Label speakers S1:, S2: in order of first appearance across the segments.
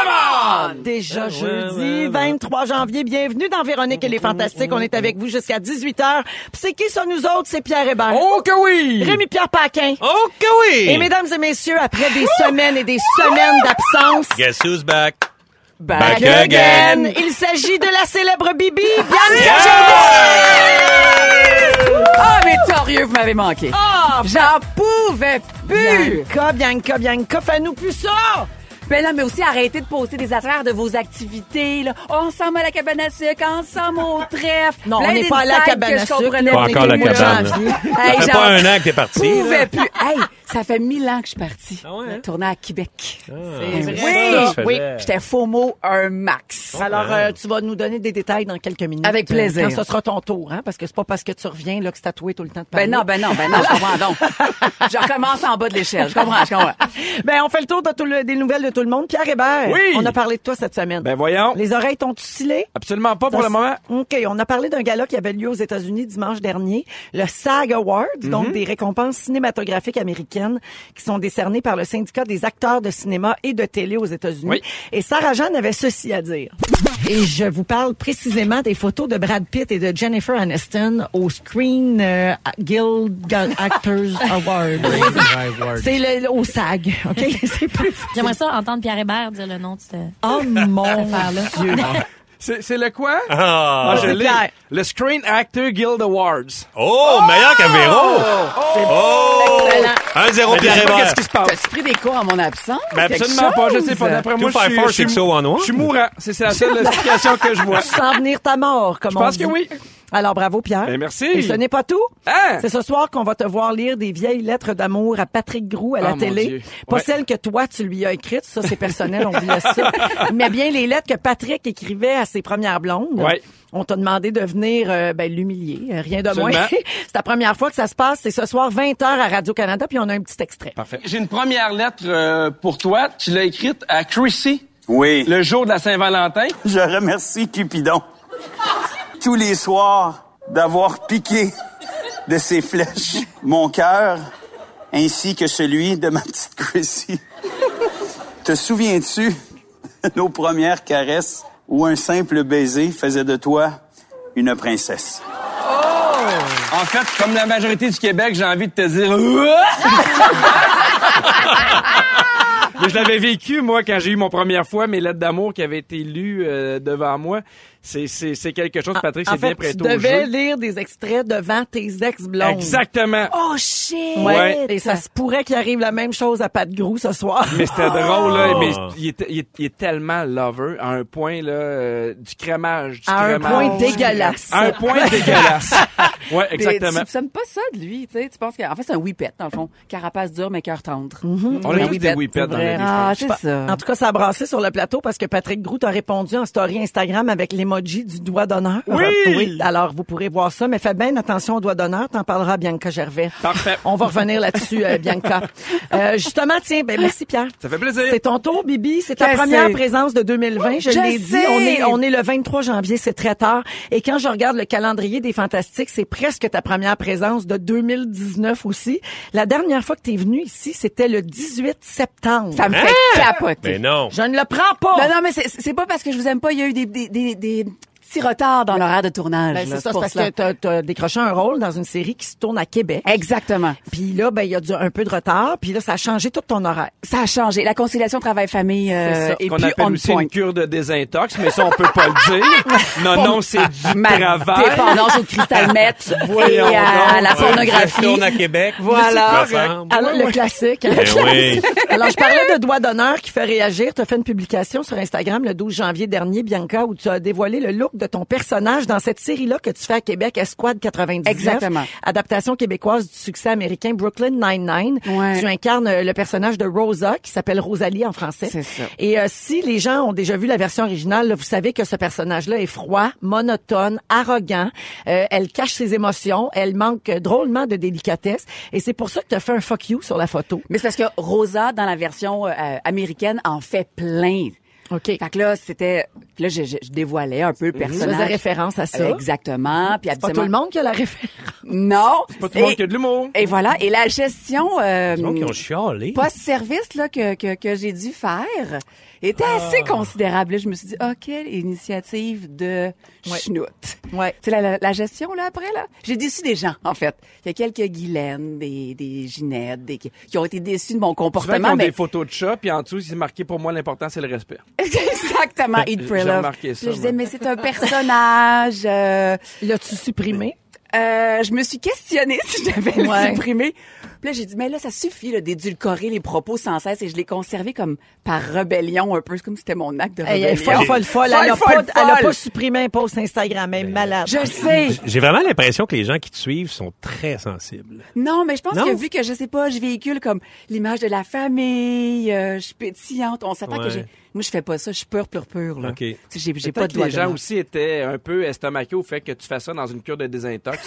S1: Come on!
S2: Déjà jeudi, 23 janvier. Bienvenue dans Véronique et les Fantastiques. On est avec vous jusqu'à 18h. C'est qui ça, nous autres? C'est Pierre Hébert.
S1: Oh que oui!
S2: Rémi-Pierre Paquin.
S1: Oh que oui!
S2: Et mesdames et messieurs, après des semaines et des semaines d'absence,
S3: Guess who's back?
S2: back,
S3: Back again.
S2: again. Il s'agit de la célèbre Bibi, Bianca
S3: Yeah!
S4: Ah, mais torieux, vous m'avez manqué.
S2: Ah,
S4: J'en pouvais plus.
S2: Bianca, Bianca, Bianca, fais-nous plus ça!
S4: Ben là, mais aussi arrêtez de poster des affaires de vos activités. Là. Oh, Ensemble à la cabane à sucre, ensemble au trèfle.
S2: Non,
S4: Plein
S2: on n'est pas allé à la
S4: d'insides
S2: cabane
S4: que
S2: à
S4: je
S2: sucre,
S4: comprenais
S2: là.
S3: Pas
S4: plus
S3: encore
S4: que
S3: la
S4: moi.
S3: cabane.
S4: Hey,
S3: Ça fait
S4: j'en
S3: pas un an que t'es parti.
S4: pouvais
S3: là.
S4: plus. Hey, ça fait mille ans que je suis partie.
S3: Ah ouais, hein?
S4: Tourner à Québec.
S2: Ah,
S4: Ben
S2: C'est vrai,
S4: Oui.
S2: ça.
S3: Oui.
S4: J'étais faux mot un max.
S2: Alors, euh, tu vas nous donner des détails dans quelques minutes. Euh,
S4: Avec plaisir.
S2: Quand ce sera ton tour, hein, parce que c'est pas parce que tu reviens là, que c'est tatoué tout le temps de parler.
S4: Ben non, ben non, ben non, je comprends donc. Je recommence en bas de l'échelle. Je comprends, je comprends.
S2: Ben, on fait le tour de tout le- des nouvelles de tout le monde. Pierre Hébert,
S1: Oui.
S2: on a parlé de toi cette semaine.
S1: Ben voyons.
S2: Les oreilles t'ont oscillé?
S1: Absolument pas pour le moment.
S2: OK, on a parlé d'un gala qui avait lieu aux États-Unis dimanche dernier, le SAG Awards,
S1: Mm-hmm.
S2: donc des récompenses cinématographiques américaines qui sont décernées par le syndicat des acteurs de cinéma et de télé aux États-Unis.
S1: Oui.
S2: Et Sarah Jeanne avait ceci à dire. Et je vous parle précisément des photos de Brad Pitt et de Jennifer Aniston au Screen euh, Guild Gu- Actors Award. C'est le- au SAG, OK? C'est plus...
S5: J'aimerais ça entendre Pierre Hébert dire le nom de ce...
S2: Oh mon Dieu!
S1: C'est c'est le quoi?
S3: Ah.
S1: Ah, je
S2: c'est
S1: l'ai.
S2: clair.
S1: Le Screen Actor Guild Awards.
S3: Oh, meilleur qu'à Véro! Oh!
S4: Excellent.
S3: 1-0 Pierre
S1: Je sais pas
S3: Hébert.
S1: qu'est-ce qui se passe?
S4: T'as-tu pris des cours à mon absence?
S1: Ben
S4: Quelque
S1: absolument pas, je
S4: chose?
S1: sais pas. D'après moi,
S3: Two
S1: je
S3: five
S1: suis,
S3: four,
S1: je suis,
S3: six oh one one.
S1: je suis mourant. C'est c'est la seule explication que je vois.
S2: Sans venir ta mort, comme
S1: Je
S2: on
S1: pense
S2: dit.
S1: que oui.
S2: Alors, bravo, Pierre.
S1: Ben, merci.
S2: Et ce n'est pas tout.
S1: Hein?
S2: C'est ce soir qu'on va te voir lire des vieilles lettres d'amour à Patrick Groux à la
S1: Oh, mon
S2: télé.
S1: Dieu.
S2: Pas
S1: Ouais.
S2: celles que toi, tu lui as écrites. Ça, c'est personnel, on vous laisse ça. Mais bien les lettres que Patrick écrivait à ses premières blondes.
S1: Ouais.
S2: On t'a demandé de venir euh, ben, l'humilier, euh, rien de
S1: Absolument.
S2: moins. c'est la première fois que ça se passe. C'est ce soir 20h à Radio-Canada, puis on a un petit extrait.
S6: J'ai une première lettre euh, pour toi. Tu l'as écrite à Chrissy
S7: Oui.
S6: le jour de la Saint-Valentin.
S7: Je remercie Cupidon tous les soirs d'avoir piqué de ses flèches mon cœur ainsi que celui de ma petite Chrissy. Te souviens-tu de nos premières caresses où un simple baiser faisait de toi une princesse?
S6: En fait, comme la majorité du Québec, j'ai envie de te dire
S1: Mais je l'avais vécu, moi, quand j'ai eu mon première fois, mes lettres d'amour qui avaient été lues euh, devant moi. C'est- C'est c'est quelque chose, Patrick,
S2: en
S1: c'est bien
S2: fait,
S1: prêt
S2: tu
S1: au jeu.
S2: devais lire des extraits devant tes ex-blondes.
S1: Exactement.
S4: Oh shit!
S2: Ouais.
S1: Ouais.
S2: Et ça se pourrait qu'il arrive la même chose à Pat Groux ce soir.
S1: Mais c'était drôle, là. Mais il est, il, est, il est tellement lover à un point, là, euh, du crémage. Du
S2: À un
S1: crémage.
S2: point dégueulasse.
S1: À un point dégueulasse. Ouais,
S4: T'es-
S1: exactement.
S4: Tu sommes pas ça de lui, tu sais. Tu penses que, en fait, c'est un whippet, dans le fond. Carapace dure, mais cœur tendre.
S2: Mm-hmm.
S4: Mm-hmm. Ben
S1: On a
S4: Un
S1: tous des
S4: whippet,
S1: whippets dans la vie.
S4: Ah,
S2: Je
S4: c'est
S2: sais
S4: ça.
S2: pas. En tout cas, ça a brassé sur le plateau parce que Patrick Groux a répondu en story Instagram avec l'emoji du doigt d'honneur.
S1: Oui!
S2: Alors, vous pourrez voir ça, mais fais bien attention au doigt d'honneur. T'en parleras à Bianca Gervais.
S1: Parfait.
S2: On va revenir là-dessus, euh, Bianca. Euh, justement, tiens, ben merci Pierre.
S1: Ça fait plaisir.
S2: C'est ton tour, Bibi. C'est ta
S4: Je
S2: première
S4: sais.
S2: présence de 2020. Je,
S4: Je
S2: l'ai dit,
S4: sais.
S2: on est, on est le 23 janvier, c'est très tard. Et quand je regarde le calendrier des Fantastiques, c'est presque ta première présence de 2019 aussi. La dernière fois que tu es venu ici, c'était le 18 septembre.
S4: Ça me fait
S1: Hein?
S4: capoter. Ben
S3: Mais
S1: Ben
S3: non.
S2: Je ne le prends pas.
S4: Non, non, mais c'est- c'est pas parce que je vous aime pas. Il y a eu des, des, des, des petits retards dans l'horaire de tournage.
S2: Ben,
S4: là,
S2: c'est ça, c'est
S4: pour
S2: parce
S4: cela.
S2: que t'as, t'as décroché un rôle dans une série qui se tourne à Québec.
S4: Exactement.
S2: Puis là, ben il y a dû un peu de retard. Puis là, ça a changé tout ton horaire.
S4: Ça a changé. La conciliation travail-famille
S2: C'est ça.
S4: euh, est
S1: Qu'on
S4: plus
S1: appelle
S4: on
S1: aussi
S4: point.
S1: une cure de désintox, mais ça, on peut pas le dire. Non, non, c'est du
S4: Ma
S1: travail.
S4: dépendance au cristal meth et
S1: Voyons
S4: à
S1: donc.
S4: la
S3: Je
S4: pornographie.
S3: tourne à Québec.
S4: Voilà.
S3: Ça ressemble.
S2: Alors, le classique. hein?
S3: Ben oui.
S2: Alors, je parlais de doigt d'honneur qui fait réagir. Tu as fait une publication sur Instagram le 12 janvier dernier, Bianca, où tu as dévoilé le look de ton personnage dans cette série-là que tu fais à Québec, Esquad 99.
S4: Exactement.
S2: Adaptation québécoise du succès américain Brooklyn Nine-Nine.
S4: Ouais.
S2: Tu incarnes euh, le personnage de Rosa, qui s'appelle Rosalie en français.
S4: C'est ça.
S2: Et euh, si les gens ont déjà vu la version originale, là, vous savez que ce personnage-là est froid, monotone, arrogant. Euh, elle cache ses émotions. Elle manque euh, drôlement de délicatesse. Et c'est pour ça que tu as fait un fuck you sur la photo.
S4: Mais c'est parce que Rosa, dans la version euh, américaine, en fait plein.
S2: OK.
S4: Fait que là, c'était... Là, je, je- je dévoilais un peu le
S2: Tu faisais
S4: personnage.
S2: référence à ça.
S4: Exactement. Puis
S2: Pas tout le
S4: habituellement-
S2: monde qui a la référence.
S4: Non.
S1: Pas tout le monde
S4: Et-
S1: qui a de l'humour.
S4: Et voilà. Et la gestion euh,
S3: Donc, ils ont chialé.
S4: post-service là, que, que, que j'ai dû faire, était
S1: Ah.
S4: assez considérable. Là, je me suis dit, ah, quelle initiative de schnout.
S2: Ouais.
S4: Tu sais, la, la- la gestion, là, après, là. J'ai déçu des gens, en fait. Il y a quelques Guylaine, des, des Ginette, des, qui ont été déçus de mon
S1: Souvent, ils
S4: comportement.
S1: ont
S4: mais
S1: des photos de chats, puis en dessous, c'est marqué pour moi, l'important, c'est le respect.
S4: Exactement, Eat,
S1: J'ai
S4: Pray, Love.
S1: remarqué ça,
S4: Puis là, je disais,
S1: moi.
S4: mais c'est un personnage. euh,
S2: L'as-tu supprimé?
S4: euh, je me suis questionnée si j'avais le
S2: Ouais.
S4: supprimé. Puis là, j'ai dit, mais là, ça suffit là, d'édulcorer les propos sans cesse et je l'ai conservé comme par rébellion un peu. C'est comme si c'était mon acte de
S2: Eh, Elle
S4: rébellion.
S2: est folle, folle, folle. Elle
S4: Folle,
S2: n'a pas,
S4: folle,
S2: elle a
S4: folle.
S2: pas supprimé un post Instagram. Elle est malade.
S4: Je sais.
S3: J'ai vraiment l'impression que les gens qui te suivent sont très sensibles.
S4: Non, mais je pense
S3: Non?
S4: que vu que, je sais pas, je véhicule comme l'image de la famille, euh, je suis pétillante, on s'attend que
S3: Ouais.
S4: j'ai... Moi, je fais pas ça, je suis pure, pure, pure. Là.
S3: OK.
S4: Tu sais, J'ai, j'ai
S1: Peut-être
S4: pas de
S1: que
S4: doigt
S1: les gens
S4: d'honneur.
S1: aussi étaient un peu estomacés au fait que tu fasses ça dans une cure de désintox.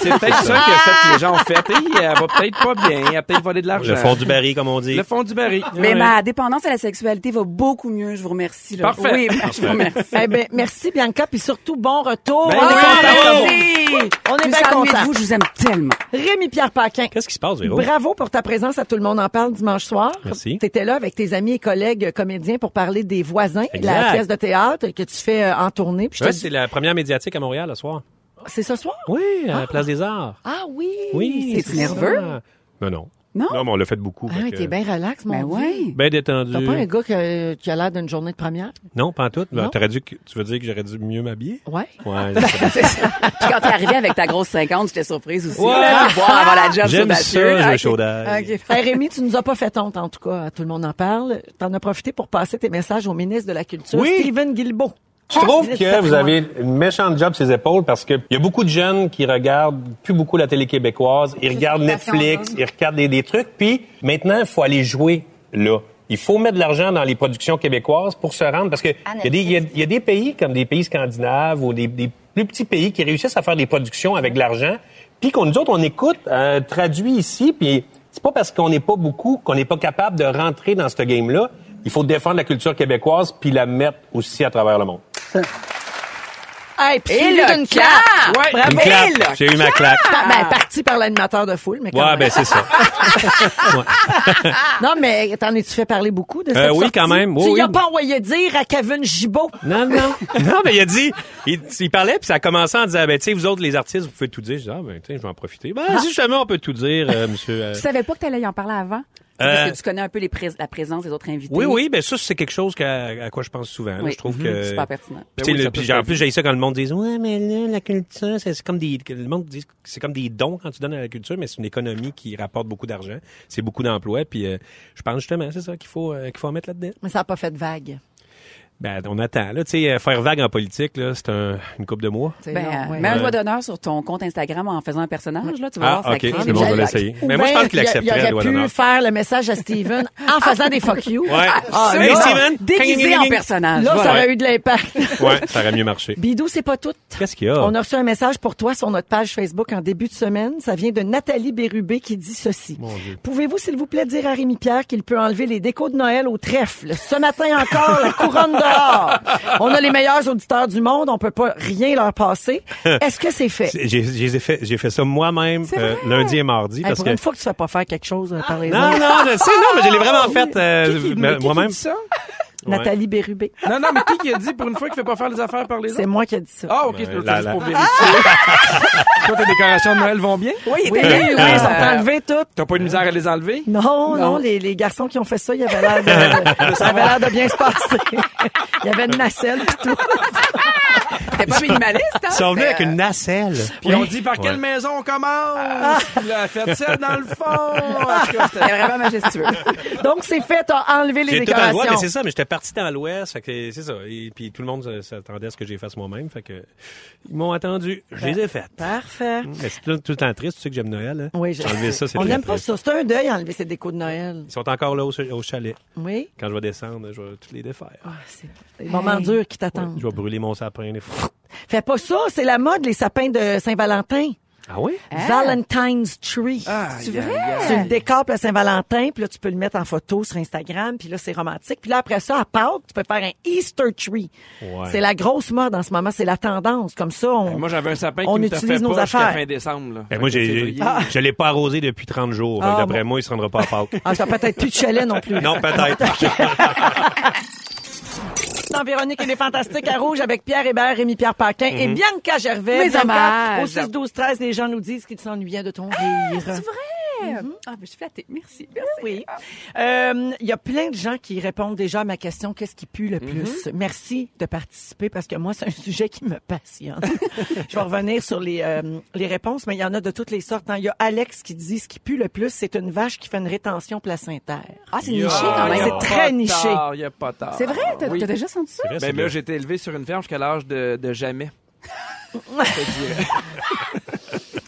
S1: c'est peut-être ça que fait que les gens ont fait. Hey, elle va peut-être pas bien, elle a peut-être volé de l'argent.
S3: Le fond du baril, comme on dit.
S1: Le fond du baril.
S4: Mais
S1: Ouais.
S4: ma dépendance à la sexualité va beaucoup mieux, je vous remercie. Là.
S1: Parfait.
S4: Oui, je vous remercie.
S2: Eh ben, merci, Bianca, puis surtout, bon retour.
S3: Oh,
S2: Ah, on
S1: Ben oui,
S2: est
S1: bravo!
S2: contents.
S4: Merci.
S2: On est
S4: Vous
S2: bien
S4: savez mieux
S2: contents.
S4: de vous, je vous aime tellement.
S2: Rémi-Pierre Paquin.
S3: Qu'est-ce qui se passe, Véro?
S2: Bravo pour ta présence à Tout le monde en parle dimanche soir.
S3: Oh. Merci.
S2: Tu étais là avec tes amis et collègues euh, comédiens pour parler des voisins,
S3: Exact.
S2: la pièce de théâtre que tu fais euh, en tournée. Puis je te
S3: Ouais,
S2: dis-
S3: c'est la première médiatique à Montréal, le soir.
S2: c'est ce soir?
S3: Oui, à la Place des Arts.
S2: Ah oui.
S3: Oui.
S4: c'est-tu
S3: c'est
S4: nerveux?
S3: ça. Non, non.
S4: Non?
S3: Non, mais on l'a fait beaucoup.
S2: Ah,
S3: fait que- Euh.
S2: t'es bien relax, mon
S4: Ben
S2: Dieu.
S4: ouais.
S3: Bien détendu.
S2: T'as pas un gars que- qui a l'air d'une journée de première?
S3: Non, pas en tout. Ben,
S2: Non?
S3: t'aurais dû que- Tu veux dire que j'aurais dû mieux m'habiller?
S2: Ouais.
S4: Ah.
S3: Ouais. c'est ça.
S4: Puis quand t'es arrivé avec ta grosse 50, j'étais surprise aussi.
S3: Ouais.
S4: Là, tu vois, avant la job
S3: J'aime
S4: audacieux.
S3: ça, Euh, le
S4: Ok.
S3: chaud d'ail.
S4: Ok.
S2: Hey, Rémi, tu nous as pas fait honte, en tout cas. Tout le monde en parle. T'en as profité pour passer tes messages au ministre de la Culture,
S3: Oui.
S2: Steven Guilbeault.
S3: Je trouve
S2: Ministre
S3: que vous
S2: patrimoine.
S3: avez une méchante job sur les épaules parce qu'il y a beaucoup de jeunes qui regardent plus beaucoup la télé québécoise. Ils regardent Netflix, ils regardent des, des trucs. Puis maintenant, il faut aller jouer là. Il faut mettre de l'argent dans les productions québécoises pour se rendre parce que il y, a des- il y a- il y a des pays comme des pays scandinaves ou des, des plus petits pays qui réussissent à faire des productions avec de l'argent. Puis qu'on nous autres, on écoute, euh, traduit ici, puis c'est pas parce qu'on n'est pas beaucoup qu'on n'est pas capable de rentrer dans ce game-là. Il faut défendre la culture québécoise puis la mettre aussi à travers le monde.
S2: Hey, puis
S4: Et
S2: suivi
S4: le
S2: d'une
S4: clap!
S2: claque. Bravo.
S3: Une claque.
S4: Mille! Ah!
S3: J'ai eu ma claque.
S2: Par- ben, parti par l'animateur de foule, mais quand
S3: Ouais,
S2: même.
S3: ben c'est ça.
S2: Non, mais t'en as-tu fait parler beaucoup de cette
S3: Euh, oui,
S2: sortie?
S3: quand même. Oui,
S2: tu y as
S3: oui.
S2: pas envoyé dire à Kevin Gibault.
S3: Non, non. non, mais il a dit, il, il parlait, puis ça a commencé en disant, ben, tu sais, vous autres, les artistes, vous pouvez tout dire. Je dis, ah, ben, tu sais, je vais en profiter. Ben, si jamais on peut tout dire, euh, monsieur. euh.
S4: Ah. Tu savais pas que t'allais y en parler avant? C'est
S3: Euh,
S4: Parce que tu connais un peu les prés- la présence des autres invités.
S3: Oui, oui, ben, ça, c'est quelque chose que- à quoi je pense souvent. là.
S4: Oui.
S3: Je trouve
S4: Mhm.
S3: que.
S4: C'est super pertinent.
S3: Puis, tu sais,
S1: Ben oui,
S3: le-
S1: ça peut
S3: puis
S1: se
S3: en
S1: faire.
S3: plus, j'ai ça quand le monde dit Ouais, mais là, la culture, c'est c'est comme des. que Le monde dit que c'est comme des dons quand tu donnes à la culture, mais c'est une économie qui rapporte beaucoup d'argent. C'est beaucoup d'emplois. Puis euh, je pense justement, c'est ça qu'il faut, euh, qu'il faut en mettre là-dedans.
S2: Mais ça n'a pas fait de vague.
S3: Ben, on attend. Là, tu sais, euh, faire vague en politique, là, c'est un- une coupe de mois.
S2: C'est
S4: Ben,
S2: long, ouais.
S4: mets un
S3: Ouais.
S4: doigt d'onneur sur ton compte Instagram en faisant un personnage, là. Tu vas
S3: Ah,
S4: voir, ça
S3: ok,
S4: crée
S3: c'est
S4: des
S3: bon, je vais
S4: dialogues.
S3: l'essayer.
S2: Ou
S3: Mais moi, je
S2: bien,
S3: pense qu'il
S2: il y a-
S3: accepterait, le doigt
S2: Il aurait
S3: d'honneur.
S2: pu faire le message à Steven en faisant des fuck you.
S3: Ouais.
S2: Ah,
S3: hey,
S2: là,
S3: Steven!
S4: Déguisé en personnage.
S2: Là, ça
S4: Voilà.
S2: aurait eu de l'impact.
S3: Ouais, ça aurait mieux marché.
S2: Bidou, c'est pas tout.
S3: Qu'est-ce qu'il y a?
S2: On a reçu un message pour toi sur notre page Facebook en début de semaine. Ça vient de Nathalie Bérubé qui dit ceci. Pouvez-vous, s'il vous plaît, dire à Rémi Pierre qu'il peut enlever les décos de Noël au trèfle? Ce matin encore, la couronne dehors. On a les meilleurs auditeurs du monde. On peut pas rien leur passer. Est-ce que c'est fait?
S3: C'est- J'ai j'ai fait, j'ai fait ça moi-même euh, lundi et mardi.
S2: Hey,
S3: parce
S2: pour
S3: que... Ah,
S2: une Ah, fois que tu fais pas faire quelque chose euh, par les
S3: Non,
S2: autres.
S3: non, je sais, non, mais je l'ai vraiment fait
S1: Qui
S3: euh,
S1: qui- mais qui
S3: ben,
S1: qui
S3: moi-même.
S1: dit ça?
S3: Ouais.
S2: Nathalie Bérubé.
S1: Non, non, mais qui qui a dit pour une fois qu'il fait pas faire les affaires par les
S2: C'est
S1: autres?
S2: moi qui ai dit ça.
S1: Ah, ok, c'est
S3: Euh,
S1: l'autre
S3: la-
S1: chose
S3: la-
S1: pour vérifier. Toi, tes décorations de Noël vont bien?
S4: Oui, Euh, il
S2: Oui,
S4: était
S2: oui,
S4: bien.
S2: oui, ils sont enlevés toutes.
S1: T'as pas eu de misère à les enlever?
S2: Non, non, les, les garçons qui ont fait ça, il y avait l'air de, ça avait l'air de bien se passer. Il y avait une nacelle pis tout.
S4: T'es pas minimaliste, hein?
S3: Ils sont venus avec
S2: euh,
S4: C'était,
S3: une nacelle.
S1: Puis on dit par quelle
S3: Ouais.
S1: maison on commence? Puis là, faites ça dans le fond! En tout cas, c'était-
S4: euh, c'était vraiment majestueux.
S2: Donc c'est fait, t'as enlevé les
S3: J'ai tout à droit, mais c'est
S2: décorations.
S3: ça, mais j'étais parti dans l'ouest, fait que c'est ça. Et puis tout le monde euh, s'attendait à ce que j'ai fasse moi-même, fait que ils m'ont attendu. Je les ai faites.
S2: Parfait.
S3: Mais c'est tout, tout le temps triste, tu sais que j'aime Noël, hein?
S2: Oui, je
S3: Enlever ça,
S2: sais.
S3: c'est
S2: On
S3: très
S2: n'aime pas
S3: triste.
S2: ça. C'est un deuil, enlever ces décos de Noël.
S3: Ils sont encore là au, au chalet.
S2: Oui.
S3: Quand je vais descendre, je vais toutes les défaire.
S2: Ah, c'est des moments durs qui t'attendent.
S3: Je vais brûler mon sapin. les-
S2: Fais pas ça, c'est la mode, les sapins de Saint-Valentin.
S3: Ah oui?
S2: Valentine's Tree.
S1: Aïe, aïe, aïe.
S2: Tu le décores pour la Saint-Valentin, puis là, tu peux le mettre en photo sur Instagram, puis là, c'est romantique. Puis là, après ça, à Pâques, tu peux faire un Easter tree.
S3: Ouais.
S2: C'est la grosse mode en ce moment, c'est la tendance. Comme ça, on...
S1: Ben, Moi, j'avais un sapin qui
S2: On
S1: me
S2: utilise
S1: fait
S2: nos
S1: pas jusqu'à
S2: affaires.
S1: fin décembre. là.
S3: Ben, moi, j'ai,
S1: Fait que
S3: j'ai-
S1: c'est février.
S3: je l'ai pas arrosé depuis 30 jours. Fait que
S2: Ah,
S3: D'après
S2: bon.
S3: moi, il se rendra pas à Pâques.
S2: Ah, t'as peut-être plus de chalet non plus.
S3: non, peut-être.
S2: dans Véronique et les Fantastiques à Rouge avec Pierre Hébert, Rémi-Pierre Paquin et Bianca Gervais.
S4: Mhm. Mes
S2: Bianca,
S4: hommages.
S2: Au 6-12-13, les gens nous disent qu'ils s'ennuyaient de ton rire.
S4: Ah, ben, je suis flattée. Merci. merci.
S2: Oui. Euh, Il y a plein de gens qui répondent déjà à ma question qu'est-ce qui pue
S4: Mhm.
S2: le plus Merci de participer parce que moi, c'est un sujet qui me passionne. Je vais revenir sur les, euh, les réponses, mais il y en a de toutes les sortes. hein. Il y a Alex qui dit ce qui pue le plus, c'est une vache qui fait une rétention placentaire.
S4: Ah, c'est
S1: Il y a-
S4: niché quand
S1: il y a
S4: même.
S2: C'est très
S1: pas
S2: niché.
S1: tard, Il y a pas tard.
S4: C'est vrai? T'as
S1: Oui.
S4: t'as déjà senti ça?
S3: C'est
S1: Ben,
S3: bien.
S1: moi, j'ai été élevé sur une ferme jusqu'à l'âge de, de jamais.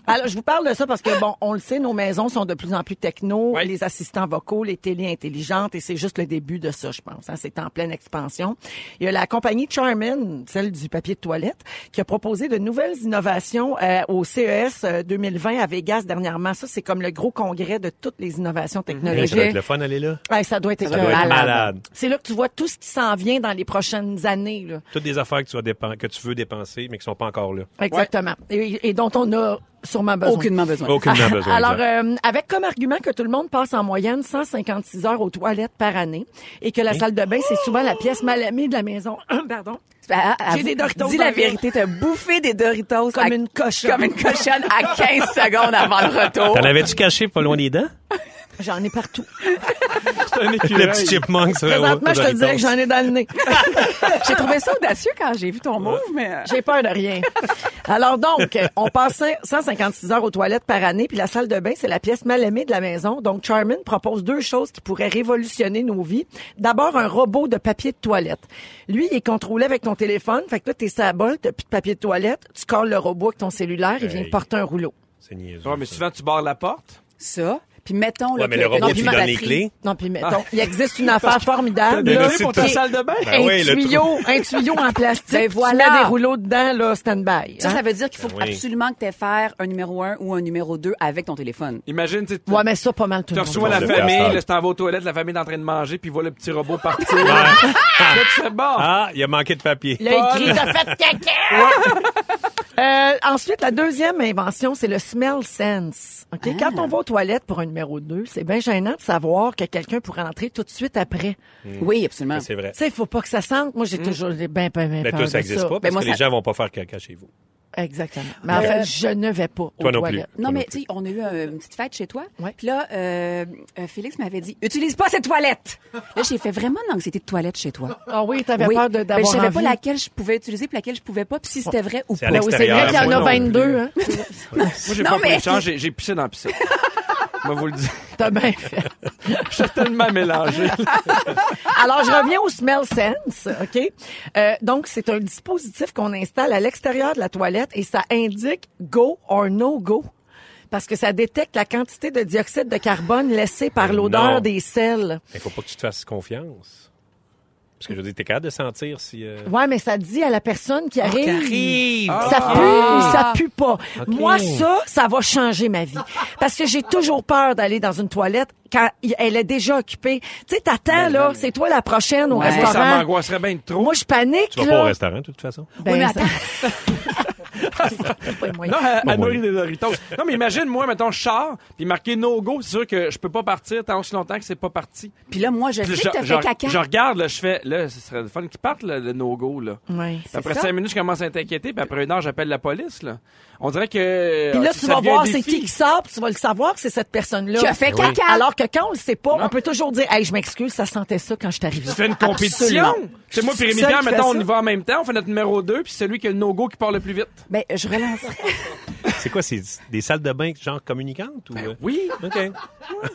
S2: Alors, je vous parle de ça parce que, bon, on le sait, nos maisons sont de plus en plus techno,
S1: Oui.
S2: les assistants vocaux, les télés intelligentes, et c'est juste le début de ça, je pense. hein. C'est en pleine expansion. Il y a la compagnie Charmin, celle du papier de toilette, qui a proposé de nouvelles innovations euh, au CES euh, 2020 à Vegas dernièrement. Ça, c'est comme le gros congrès de toutes les innovations
S3: Hey,
S2: technologiques.
S3: Mhm. Ça doit être le fun, aller là.
S2: Ouais, ça doit être,
S3: Ça doit être
S2: écœurant.
S3: malade.
S2: C'est là que tu vois tout ce qui s'en vient dans les prochaines années. Là.
S3: Toutes des affaires que tu, vas dépen- que tu veux dépenser, mais qui sont pas encore là.
S2: Exactement. Et, et dont on a sûrement besoin.
S4: Aucunement besoin.
S3: Aucunement
S2: Ah,
S3: besoin.
S2: Alors,
S3: exact.
S2: euh, avec comme argument que tout le monde passe en moyenne 156 heures aux toilettes par année et que la salle de bain, c'est souvent la pièce mal amée de la maison. Pardon.
S4: Ah, ah,
S2: J'ai des Doritos
S4: Dis
S2: dans
S4: la
S2: le-
S4: vérité, t'as bouffé des Doritos
S2: Comme
S4: à-
S2: une cochonne.
S4: Comme une cochonne à 15 secondes avant le
S2: euh,
S4: retour.
S3: T'en avais-tu caché pas loin des dents?
S2: J'en ai partout.
S1: C'est un écureuil.
S3: Le petit chipmunk sur
S2: Présentement,
S3: au-
S2: je te dirais que j'en ai dans le nez.
S4: J'ai trouvé ça audacieux quand j'ai vu ton move, mais... euh,
S2: J'ai peur de rien. Alors donc, euh, on passe cin- 156 heures aux toilettes par année, puis la salle de bain, c'est la pièce mal aimée de la maison. Donc, Charmin propose deux choses qui pourraient révolutionner nos vies. D'abord, un robot de papier de toilette. Lui, il est contrôlé avec ton téléphone. Fait que là, t'es sa bol, t'as plus de papier de toilette. Tu colles le robot avec ton cellulaire, il vient
S3: Hey.
S2: te porter un rouleau.
S3: C'est niaiseux.
S1: Ouais, mais
S3: ça.
S1: souvent, tu barres la porte.
S4: Ça, puis mettons... là,
S3: Ouais, mais
S4: que-
S3: le robot,
S4: que-
S3: tu lui
S4: que-
S3: donnes les
S4: batterie-
S3: clés.
S2: Non, puis mettons, il existe une affaire
S1: T'as
S2: formidable.
S1: des
S2: Ah, là,
S1: données pour ta
S2: qui est
S1: salle de bain?
S3: Ben oui,
S2: un
S3: le
S2: tuyau, un tuyau en plastique.
S4: Ben
S2: tu
S4: voilà.
S2: mets des rouleaux dedans, là, stand-by.
S4: Ça,
S2: hein.
S4: ça veut dire qu'il faut
S3: Ben oui.
S4: absolument que tu faire un numéro 1 ou un numéro 2 avec ton téléphone.
S1: Imagine, tu sais,
S2: Ouais, mais ça, pas mal tout
S1: tu
S2: le monde.
S1: reçois la
S3: le fait à cette
S1: famille,
S3: heure.
S1: là, tu t'en vas aux toilettes, la famille est en train de manger, puis voit le petit robot partir. Là,
S3: Ouais.
S1: tu fais, bon,
S3: Ah, il a manqué de papier.
S2: Là, il crie, t'as fait caca! Euh, ensuite, la deuxième invention, c'est le smell sense. OK? Quand on va aux toilettes pour un numéro 2, c'est bien gênant de savoir que quelqu'un pourrait entrer tout de suite après.
S3: Mm.
S4: Oui, absolument.
S3: C'est vrai.
S2: Tu sais, il faut pas que ça sente. Moi, j'ai toujours j'ai ben, ben, ben
S3: Mais
S2: peur
S3: toi,
S2: de
S3: ça n'existe pas parce
S4: Ben, moi,
S3: que
S4: ça-
S3: les gens vont pas faire caca chez vous.
S2: Exactement. Mais en fait, je ne vais pas aux
S3: Toi non plus.
S2: toilettes.
S4: Non,
S3: Toi
S4: mais
S3: non
S4: tu sais, on a eu euh, une petite fête chez toi.
S2: Ouais.
S4: Puis là, euh, euh, Félix m'avait dit Utilise pas cette toilette Là, j'ai fait vraiment de l'anxiété de toilette chez toi.
S2: Ah oui, t'avais
S4: Oui.
S2: peur de-
S4: Ben,
S2: d'avoir
S4: je savais
S2: envie.
S4: pas laquelle je pouvais utiliser puis laquelle je pouvais pas, puis si c'était vrai ou
S3: C'est
S4: pas.
S3: à
S2: Ben oui, c'est vrai qu'il y en
S3: Moi
S2: a
S3: non
S2: 22, hein.
S1: moi, j'ai
S4: Non,
S1: pas pris
S4: mais-
S1: de chance, j'ai j'ai pissé dans la piscine. Moi, vous le dire.
S2: T'as bien fait.
S1: Je suis tellement mélangé.
S2: Alors, je reviens au Smell Sense, OK? Euh, donc, c'est un dispositif qu'on installe à l'extérieur de la toilette et ça indique go or no go. Parce que ça détecte la quantité de dioxyde de carbone laissée par
S3: Mais
S2: l'odeur
S3: non.
S2: des sels.
S3: Il faut pas que tu te fasses confiance. Parce que je veux dire, t'es capable de sentir si. euh,
S2: Ouais, mais ça dit à la personne qui arrive.
S3: Oh, Ah,
S2: Ça pue ou ça pue pas. Moi, ça, ça va changer ma vie. Parce que j'ai toujours peur d'aller dans une toilette quand y- elle est déjà occupée. Tu sais, t'attends,
S3: Ben
S2: là, c'est toi la prochaine au
S4: Ouais.
S1: Moi, ça
S2: restaurant.
S1: m'angoisserait bien trop.
S2: Moi, je panique,
S3: Tu vas
S2: là.
S3: pas au restaurant, de toute façon.
S2: Ben,
S4: Oui, mais
S2: ça- Pas les moyens.
S1: Non, à, à
S3: Bon,
S1: nourrir
S3: oui.
S1: des Doritos. Non, mais imagine, moi, mettons, je sors, puis marqué no go, c'est sûr que je peux pas partir tant aussi longtemps que c'est pas parti.
S4: Puis là, moi, je sais
S1: Puis
S4: que t'as
S1: je,
S4: fait
S1: je- je
S4: caca.
S1: regarde, là, je fais, là, ce serait le fun qu'il parte, là, le no go, là.
S2: Ouais.
S3: Ah,
S1: Puis Après
S4: ça.
S1: cinq minutes, je commence à t'inquiéter, puis après une heure, j'appelle la police, là. On dirait que.
S2: Puis là,
S1: ça
S2: tu vas
S1: devient un
S2: voir c'est
S1: défi.
S2: qui qui sort, puis tu vas le savoir que c'est cette personne-là.
S4: Qui a fait caca.
S2: Alors que quand on le sait pas, on peut toujours dire, hey, je m'excuse, ça sentait ça quand je suis arrivé.
S1: Tu fais une compétition.
S2: Absolument.
S1: C'est moi,
S2: Je suis
S1: puis Rémi
S2: seule
S1: Pierre,
S2: qui fait
S1: mettons, on
S2: ça.
S1: y va en même temps, on fait notre numéro 2, puis celui qui a le no go qui part le plus vite.
S4: Ben, je relancerai.
S3: C'est quoi, c'est des salles de bain genre communicantes ou euh?
S1: Ben Oui.
S3: OK.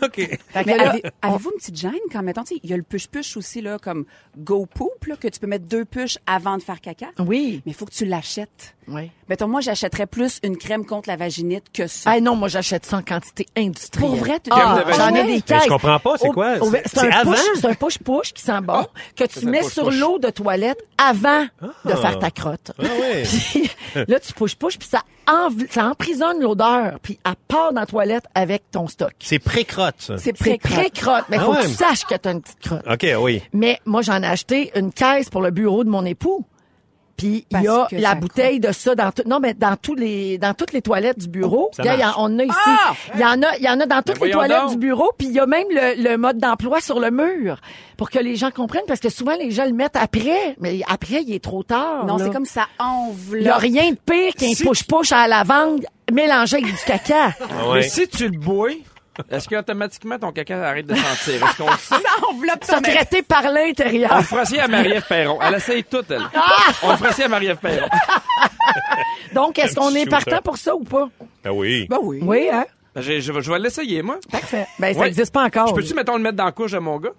S3: OK.
S2: Fait que
S4: Mais ah.
S2: là,
S4: avez- avez-vous une petite gêne quand, mettons, tu sais, il y a le push-push aussi, là, comme Go Poop, là, que tu peux mettre deux push avant de faire caca.
S2: Oui.
S4: Mais il faut que tu l'achètes.
S2: Oui.
S4: Mettons, moi, j'achèterais plus une crème contre la vaginite que ça.
S2: Ah non, moi j'achète ça en quantité industrielle.
S4: Pour vrai, tu-
S2: ah,
S1: Crème de
S2: j'en ai
S1: vaginite.
S2: des
S4: Mais
S2: caisses.
S3: Ben, je comprends pas, c'est
S2: Au-
S3: quoi?
S2: au-
S3: C'est-
S2: C'est
S3: c'est
S2: un
S3: avant?
S2: push, c'est un push-push qui sent bon que tu
S1: un
S2: mets
S1: push-push.
S2: sur l'eau de toilette avant de
S3: Ah.
S2: faire ta crotte.
S3: Ah ouais.
S2: Puis là, tu push-push, puis ça, env- ça emprisonne l'odeur, puis elle part dans la toilette avec ton stock.
S3: C'est pré-crotte, ça.
S4: C'est
S2: C'est
S4: pré
S2: très crotte, mais
S3: Ah
S2: faut que
S3: ouais.
S2: tu saches que t'as une petite crotte.
S3: OK, oui.
S2: Mais moi, j'en ai acheté une caisse pour le bureau de mon époux. Puis il
S4: Parce
S2: y a
S4: que
S2: la
S4: ça
S2: bouteille de ça dans tout- non mais dans tous les dans toutes les toilettes du bureau.
S3: Ça
S2: Gars, il y en-
S3: marche.
S2: on en a ici. Il y en a il y en a dans toutes les
S1: voyons
S2: toilettes
S1: donc.
S2: du bureau. Puis il y a même le, le mode d'emploi sur le mur pour que les gens comprennent parce que souvent les gens le mettent après, mais après il est trop tard.
S4: Non,
S2: là.
S4: c'est comme ça enveloppe.
S2: il y a rien de pire qu'un
S1: Si-
S2: push-push à la lavande mélangé avec du caca.
S3: Ah
S1: Mais
S3: ouais.
S1: si tu le bois, est-ce qu'automatiquement ton caca arrête de sentir? Est-ce qu'on le sait?
S4: Ça enveloppe ton
S2: traité par
S1: On
S2: l'intérieur.
S1: le fera essayer à Marie-Ève Perron. Elle essaye tout, elle. On le fera essayer à Marie-Ève Perron.
S2: Donc est-ce
S3: Un
S2: qu'on
S3: petit
S2: est
S3: shooter.
S2: partant pour ça ou pas
S3: Ah oui.
S4: Ben oui.
S2: Oui hein.
S1: Je, je vais- je vais l'essayer, moi.
S2: Parfait. Ben ça
S1: Ouais.
S2: n'existe pas encore.
S1: Je peux-tu, mettons, le mettre dans la couche à mon gars?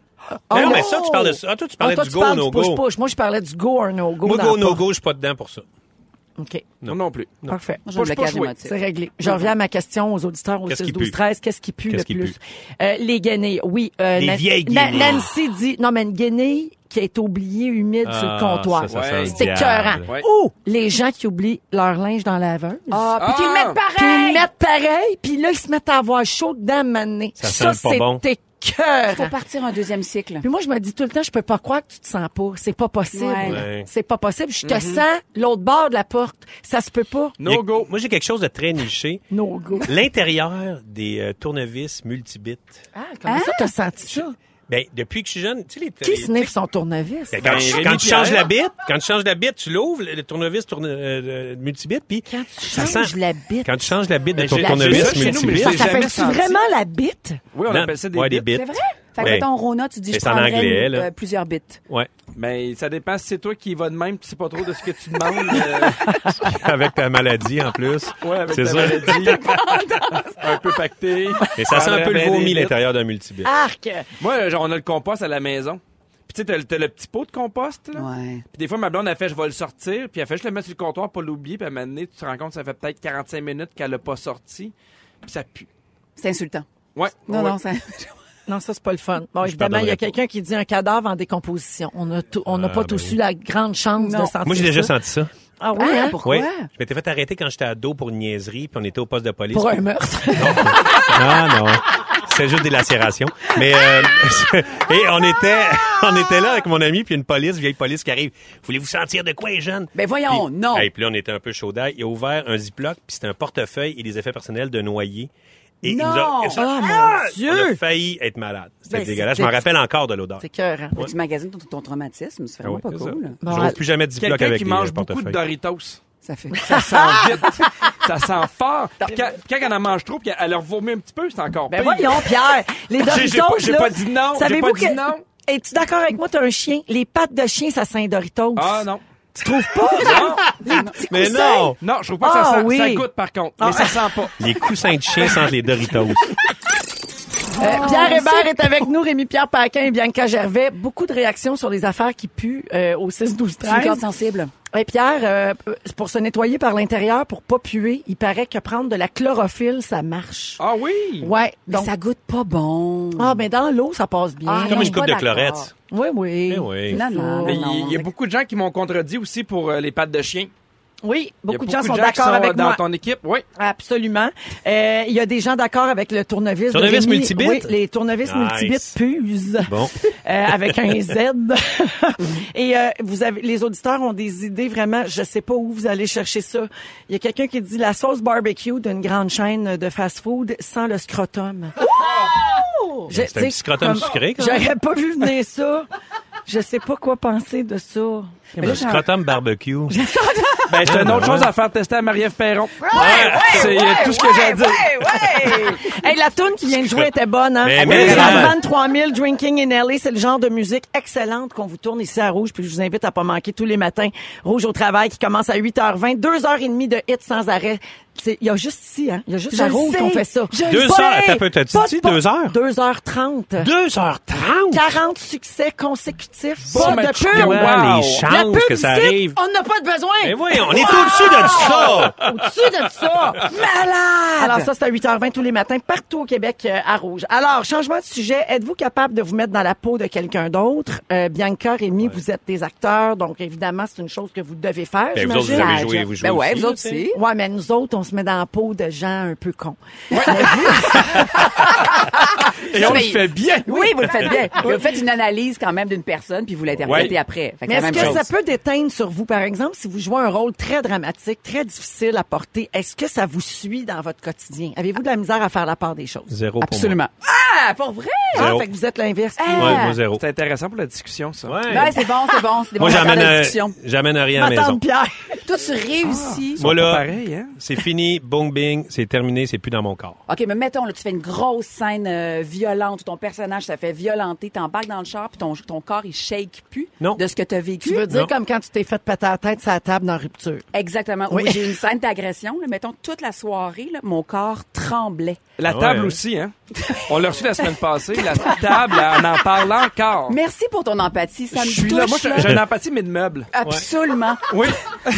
S2: Oh,
S3: non, mais
S2: non.
S3: ça, tu parles de ça. Ah, toi, tu parlais
S2: Ah, toi,
S3: du
S2: tu
S3: go,
S2: parles
S3: no
S2: du
S3: go.
S2: push-push. Moi, je parlais du go or no go.
S3: Moi,
S2: dans
S3: go,
S2: la
S3: no
S2: porte.
S3: go, je suis pas dedans pour ça.
S2: OK.
S3: Non
S1: plus.
S2: Parfait.
S4: Moi, j'ai un
S1: Push,
S4: blocage
S1: push, oui.
S4: émotif.
S2: C'est réglé. Je reviens à ma question aux auditeurs au
S3: Qu'est-ce qui
S2: 6
S3: pue?
S2: 12 13 Qu'est-ce qui pue
S3: Qu'est-ce
S2: le
S3: qui
S2: plus?
S3: pue?
S2: Euh, les guenilles, oui. euh,
S3: Les
S2: Nan-
S3: vieilles
S2: Nan-
S3: guenilles.
S2: Nancy dit, non, mais une guenille qui est oubliée humide
S3: Ah,
S2: sur le comptoir.
S1: ça sent le
S2: C'est écœurant.
S1: Ouais.
S2: Ou les gens qui oublient leur linge dans la laveuse.
S4: Ah, puis qu'ils le
S1: Ah!
S4: mettent
S2: Puis ils le
S4: pareil.
S2: mettent pareil, puis là, ils se mettent à avoir chaud dedans, mané.
S3: Ça
S2: Ça,
S3: sent pas
S2: c'est
S3: bon.
S2: écœurant.
S4: Faut partir un deuxième cycle.
S2: Puis moi, je me dis tout le temps, je peux pas croire que tu te sens pas. C'est pas possible.
S4: Ouais.
S3: Ouais.
S2: C'est pas possible. Je te sens l'autre bord de la porte. Ça se peut pas.
S3: Il y a-
S1: No go.
S3: Moi, j'ai quelque chose de très niché.
S2: No go.
S3: L'intérieur des euh, tournevis multibits.
S2: Ah, comment ça t'as senti ça?
S3: Ben, depuis que je suis jeune, tu sais, les...
S2: Qui
S3: les-
S2: sniffe son tournevis?
S3: Ben, quand,
S1: Ben,
S3: tu-
S1: Rémi
S3: quand tu
S1: Pierre.
S3: changes la bite, quand tu changes la bite, tu l'ouvres, le le tournevis tourne, euh, euh, multibit, puis
S2: Quand tu
S3: ça
S2: changes
S3: sent-
S2: la bite.
S3: Quand tu changes la bite de ton
S1: Ben, j'ai-
S2: j'ai
S3: tournevis
S2: ça chez nous,
S1: mais
S3: multibit,
S2: Ça
S1: j'ai jamais
S2: s'appelle-tu
S1: senti.
S2: vraiment la bite?
S1: Oui, on
S3: Non,
S1: appelle ça des
S3: ouais,
S1: bites.
S4: C'est vrai? Fait que
S3: Ouais.
S4: ton Rona, tu dis,
S3: Mais
S4: je
S3: c'est en
S4: prendrais
S3: anglais,
S4: une-
S3: là.
S4: euh, plusieurs bits.
S3: Ouais,
S1: Mais Ben, ça dépend si c'est toi qui va de même, tu sais pas trop de ce que tu demandes. euh,
S3: avec ta maladie en plus.
S1: ouais, avec
S3: C'est
S1: ta
S3: ça.
S1: maladie. un peu pacté.
S3: Et ça sent un peu le
S1: Ben,
S3: vomi
S1: des bites. Ah,
S3: l'intérieur d'un multibit.
S2: Arc!
S1: Moi, euh, genre, on a le compost à la maison. Puis tu sais, t'as le- t'as le petit pot de compost, là.
S4: Ouais.
S1: Puis des fois, ma blonde, elle fait, je vais le sortir. Puis elle fait, je le mets sur le comptoir pour l'oublier. Puis à un moment donné, tu te rends compte, ça fait peut-être 45 minutes qu'elle l'a pas sorti. Puis ça pue.
S4: C'est insultant.
S1: Ouais.
S4: Non,
S1: ouais.
S4: non, ça.
S2: Non, ça, c'est pas le fun. Bon, évidemment, il
S3: Je
S2: y a
S3: pardonnerai pas.
S2: quelqu'un qui dit un cadavre en décomposition. On n'a tout- on n'a
S3: Ah,
S2: pas
S3: ben
S2: tous
S3: oui.
S2: eu la grande chance
S4: Non.
S2: de sentir
S3: Moi, j'ai déjà
S2: ça.
S3: senti ça.
S2: Ah oui,
S4: Ah,
S2: hein?
S4: pourquoi?
S3: Oui. Je m'étais fait arrêter quand j'étais ado pour une niaiserie, puis on était au poste de police.
S2: Pour un meurtre.
S3: Non, Ah, non. C'est juste des lacérations. Mais euh, et on était on était là avec mon ami puis une police, vieille police qui arrive. Voulez-vous sentir de quoi les jeunes
S4: Ben voyons,
S3: Puis-
S4: non.
S3: Hey, puis là on était un peu chaud d'ail. Il a ouvert un ziploc puis c'était un portefeuille et des effets personnels de noyer. Et il
S4: Non!
S3: nous a, et
S2: Oh, mon
S3: Ah! On
S2: Dieu!
S3: a failli être malade. C'était
S2: Ben,
S3: dégueulasse.
S2: c'est-
S3: Je m'en rappelle encore de l'odeur.
S2: C'est cœur.
S4: Mais Tu magasines ton, ton traumatisme, c'est vraiment
S3: Ah oui,
S4: pas
S3: c'est
S4: cool.
S3: ça.
S4: là.
S3: Je n'ouvre plus jamais de ziploc
S1: Quelqu'un
S3: avec
S1: qui
S3: des
S1: mange
S3: euh,
S1: beaucoup de
S3: portefeuilles.
S1: Doritos.
S4: Ça fait.
S1: Ça sent vite. ça sent fort. Puis quand, quand elle en mange trop, puis elle leur vomit un petit peu, c'est encore
S2: Ben
S1: pire.
S2: voyons, Pierre. Les
S1: J'ai- j'ai pas-
S2: Doritos,
S1: j'ai
S2: là,
S1: pas dit non, j'ai
S2: Savez-vous
S1: pas
S2: que...
S1: dit non.
S2: Es-tu d'accord avec moi? T'as un chien. Les pattes de chien, ça sent les Doritos.
S1: Ah non.
S2: Tu trouves pas?
S1: Non,
S3: Mais non!
S1: non, je trouve pas que ça
S2: Ah,
S1: sent.
S2: oui.
S1: Ça goûte par contre, mais
S2: Ah.
S1: ça sent pas.
S3: Les coussins de chien sentent les Doritos.
S2: Euh, Pierre Hébert est avec nous, Rémi-Pierre Paquin et Bianca Gervais. Beaucoup de réactions sur les affaires qui puent euh, au 6 12
S4: C'est une corde
S2: 13
S4: sensible.
S2: Et Pierre, euh, pour se nettoyer par l'intérieur, pour pas puer, il paraît que prendre de la chlorophylle, ça marche.
S1: Ah oui.
S2: Ouais,
S4: Mais
S2: donc...
S4: ça goûte pas bon.
S2: Ah, mais dans l'eau, ça passe bien.
S4: Ah,
S3: Comme
S4: non,
S3: une coupe
S4: pas
S3: de
S4: d'accord.
S3: chlorette.
S2: Oui, oui.
S3: Eh oui.
S4: Non, non, non,
S1: Mais Il
S4: non.
S1: il y a beaucoup de gens qui m'ont contredit aussi pour euh, les pattes de chien.
S2: Oui,
S1: Il y a
S2: beaucoup de gens sont d'accord avec
S1: dans
S2: moi.
S1: ton équipe. Oui.
S2: Absolument. Euh, Il y a des gens d'accord avec le tournevis. de
S3: Tournevis
S2: Rémi.
S3: multibit?
S2: Oui, les tournevis
S3: Nice.
S2: multibits pusent.
S3: Bon.
S2: Euh, avec un Z. Et euh, vous avez, les auditeurs ont des idées vraiment, je sais pas où vous allez chercher ça. Il y a quelqu'un qui dit la sauce barbecue d'une grande chaîne de fast-food sans le scrotum. Je-
S3: Ben, C'est un
S2: tu sais,
S3: petit scrotum
S2: comme-
S3: sucré, quand même.
S2: J'aurais pas vu venir ça. Je sais pas quoi penser de ça.
S3: Le scrotum barbecue.
S1: Ben, j'ai une
S3: ben
S1: autre chose
S3: ouais.
S1: à faire tester à Marie-Ève Perron. C'est euh, tout ce que j'ai à dire.
S2: Hey, la tune qui vient de jouer était bonne, hein?
S3: Mais,
S2: Avec
S3: mais,
S2: les
S3: hein.
S2: Alban 3000, Drinking in LA, c'est le genre de musique excellente qu'on vous tourne ici à Rouge, puis je vous invite à pas manquer tous les matins. Rouge au travail qui commence à 8h20, 2h30 de hits sans arrêt. C'est- Il y a juste ici, hein? Il y a juste
S4: Je
S2: à
S4: le
S2: Rouge
S4: sais.
S2: qu'on fait ça.
S4: Je le
S3: Deux
S2: Pas-
S3: heures. Attends un peu, t'as-tu
S2: pas de
S3: dit
S2: pa-
S3: deux heures?
S2: 2h30.
S3: 2h30!
S2: 40 succès consécutifs.
S1: Bon,
S2: Pas
S1: mais
S2: de
S1: tu
S2: pub.
S1: vois
S2: Wow.
S1: les
S3: chances
S2: La pub
S3: que ça
S2: ici,
S3: arrive.
S2: On n'a pas de besoin.
S3: Mais voyons, on est au-dessus de ça!
S2: Au-dessus de ça. Malade! Alors ça, c'est à 8h20 tous les matins, partout au Québec, euh, à Rouge. Alors, changement de sujet. Êtes-vous capable de vous mettre dans la peau de quelqu'un d'autre? Euh, Bianca, Rémi, vous êtes des acteurs, donc évidemment, c'est une chose que vous devez faire,
S3: Ben, vous autres, vous
S2: j'imagine.
S3: avez joué, vous jouez
S4: Ben ouais,
S3: aussi,
S4: vous autres
S3: tu sais.
S4: aussi.
S2: Ouais, mais nous autres, on se met dans la peau de gens un peu cons.
S1: Et on le
S4: Mais-
S1: fait bien.
S4: Oui, vous le faites bien. Vous faites une analyse quand même d'une personne, puis vous l'interprétez
S1: Ouais.
S4: après. Fait que
S2: Mais
S4: c'est la
S2: est-ce
S4: même
S2: que
S4: chose.
S2: ça peut déteindre sur vous, par exemple, si vous jouez un rôle très dramatique, très difficile à porter, est-ce que ça vous suit dans votre quotidien? Avez-vous de la misère à faire la part des choses?
S3: Zéro pour
S4: Absolument. Ah, pour vrai?
S2: Ah,
S3: Zéro.
S2: fait que vous êtes l'inverse.
S4: Ah.
S3: moi. Ouais, moi, zéro.
S1: C'est intéressant pour la discussion, ça.
S3: Ouais.
S4: Ben, c'est bon, c'est bon. C'est des
S3: Moi,
S4: bons moments
S3: j'amène,
S4: de
S3: euh,
S4: discussion.
S3: j'amène rien à
S2: Ma
S3: la maison.
S2: tante Pierre.
S4: Toi, tu réussis.
S3: Moi,
S1: Pas
S3: là,
S1: pareil, hein?
S3: c'est fini, boom, bing, c'est terminé, c'est plus dans mon corps.
S4: OK, mais mettons, là, tu fais une grosse scène euh, violente où ton personnage se fait violenter, t'embarques dans le char, puis ton, ton corps, il shake plus
S3: Non.
S4: de ce que t'as vécu.
S2: Tu veux dire
S3: Non.
S2: comme quand tu t'es fait péter la tête sur la table dans Rupture.
S4: Exactement. Oui,
S2: Oui.
S4: j'ai une scène d'agression. là, Mettons, toute la soirée, là, mon corps tremblait.
S1: La
S3: Ouais.
S1: table aussi, hein? On l'a reçu la semaine passée. La table, on en parle encore.
S4: Merci pour ton empathie. Ça me
S1: je suis
S4: touche.
S1: là. Moi, j'ai
S4: là.
S1: j'ai une empathie, mais de meubles.
S4: Absolument.
S1: Oui.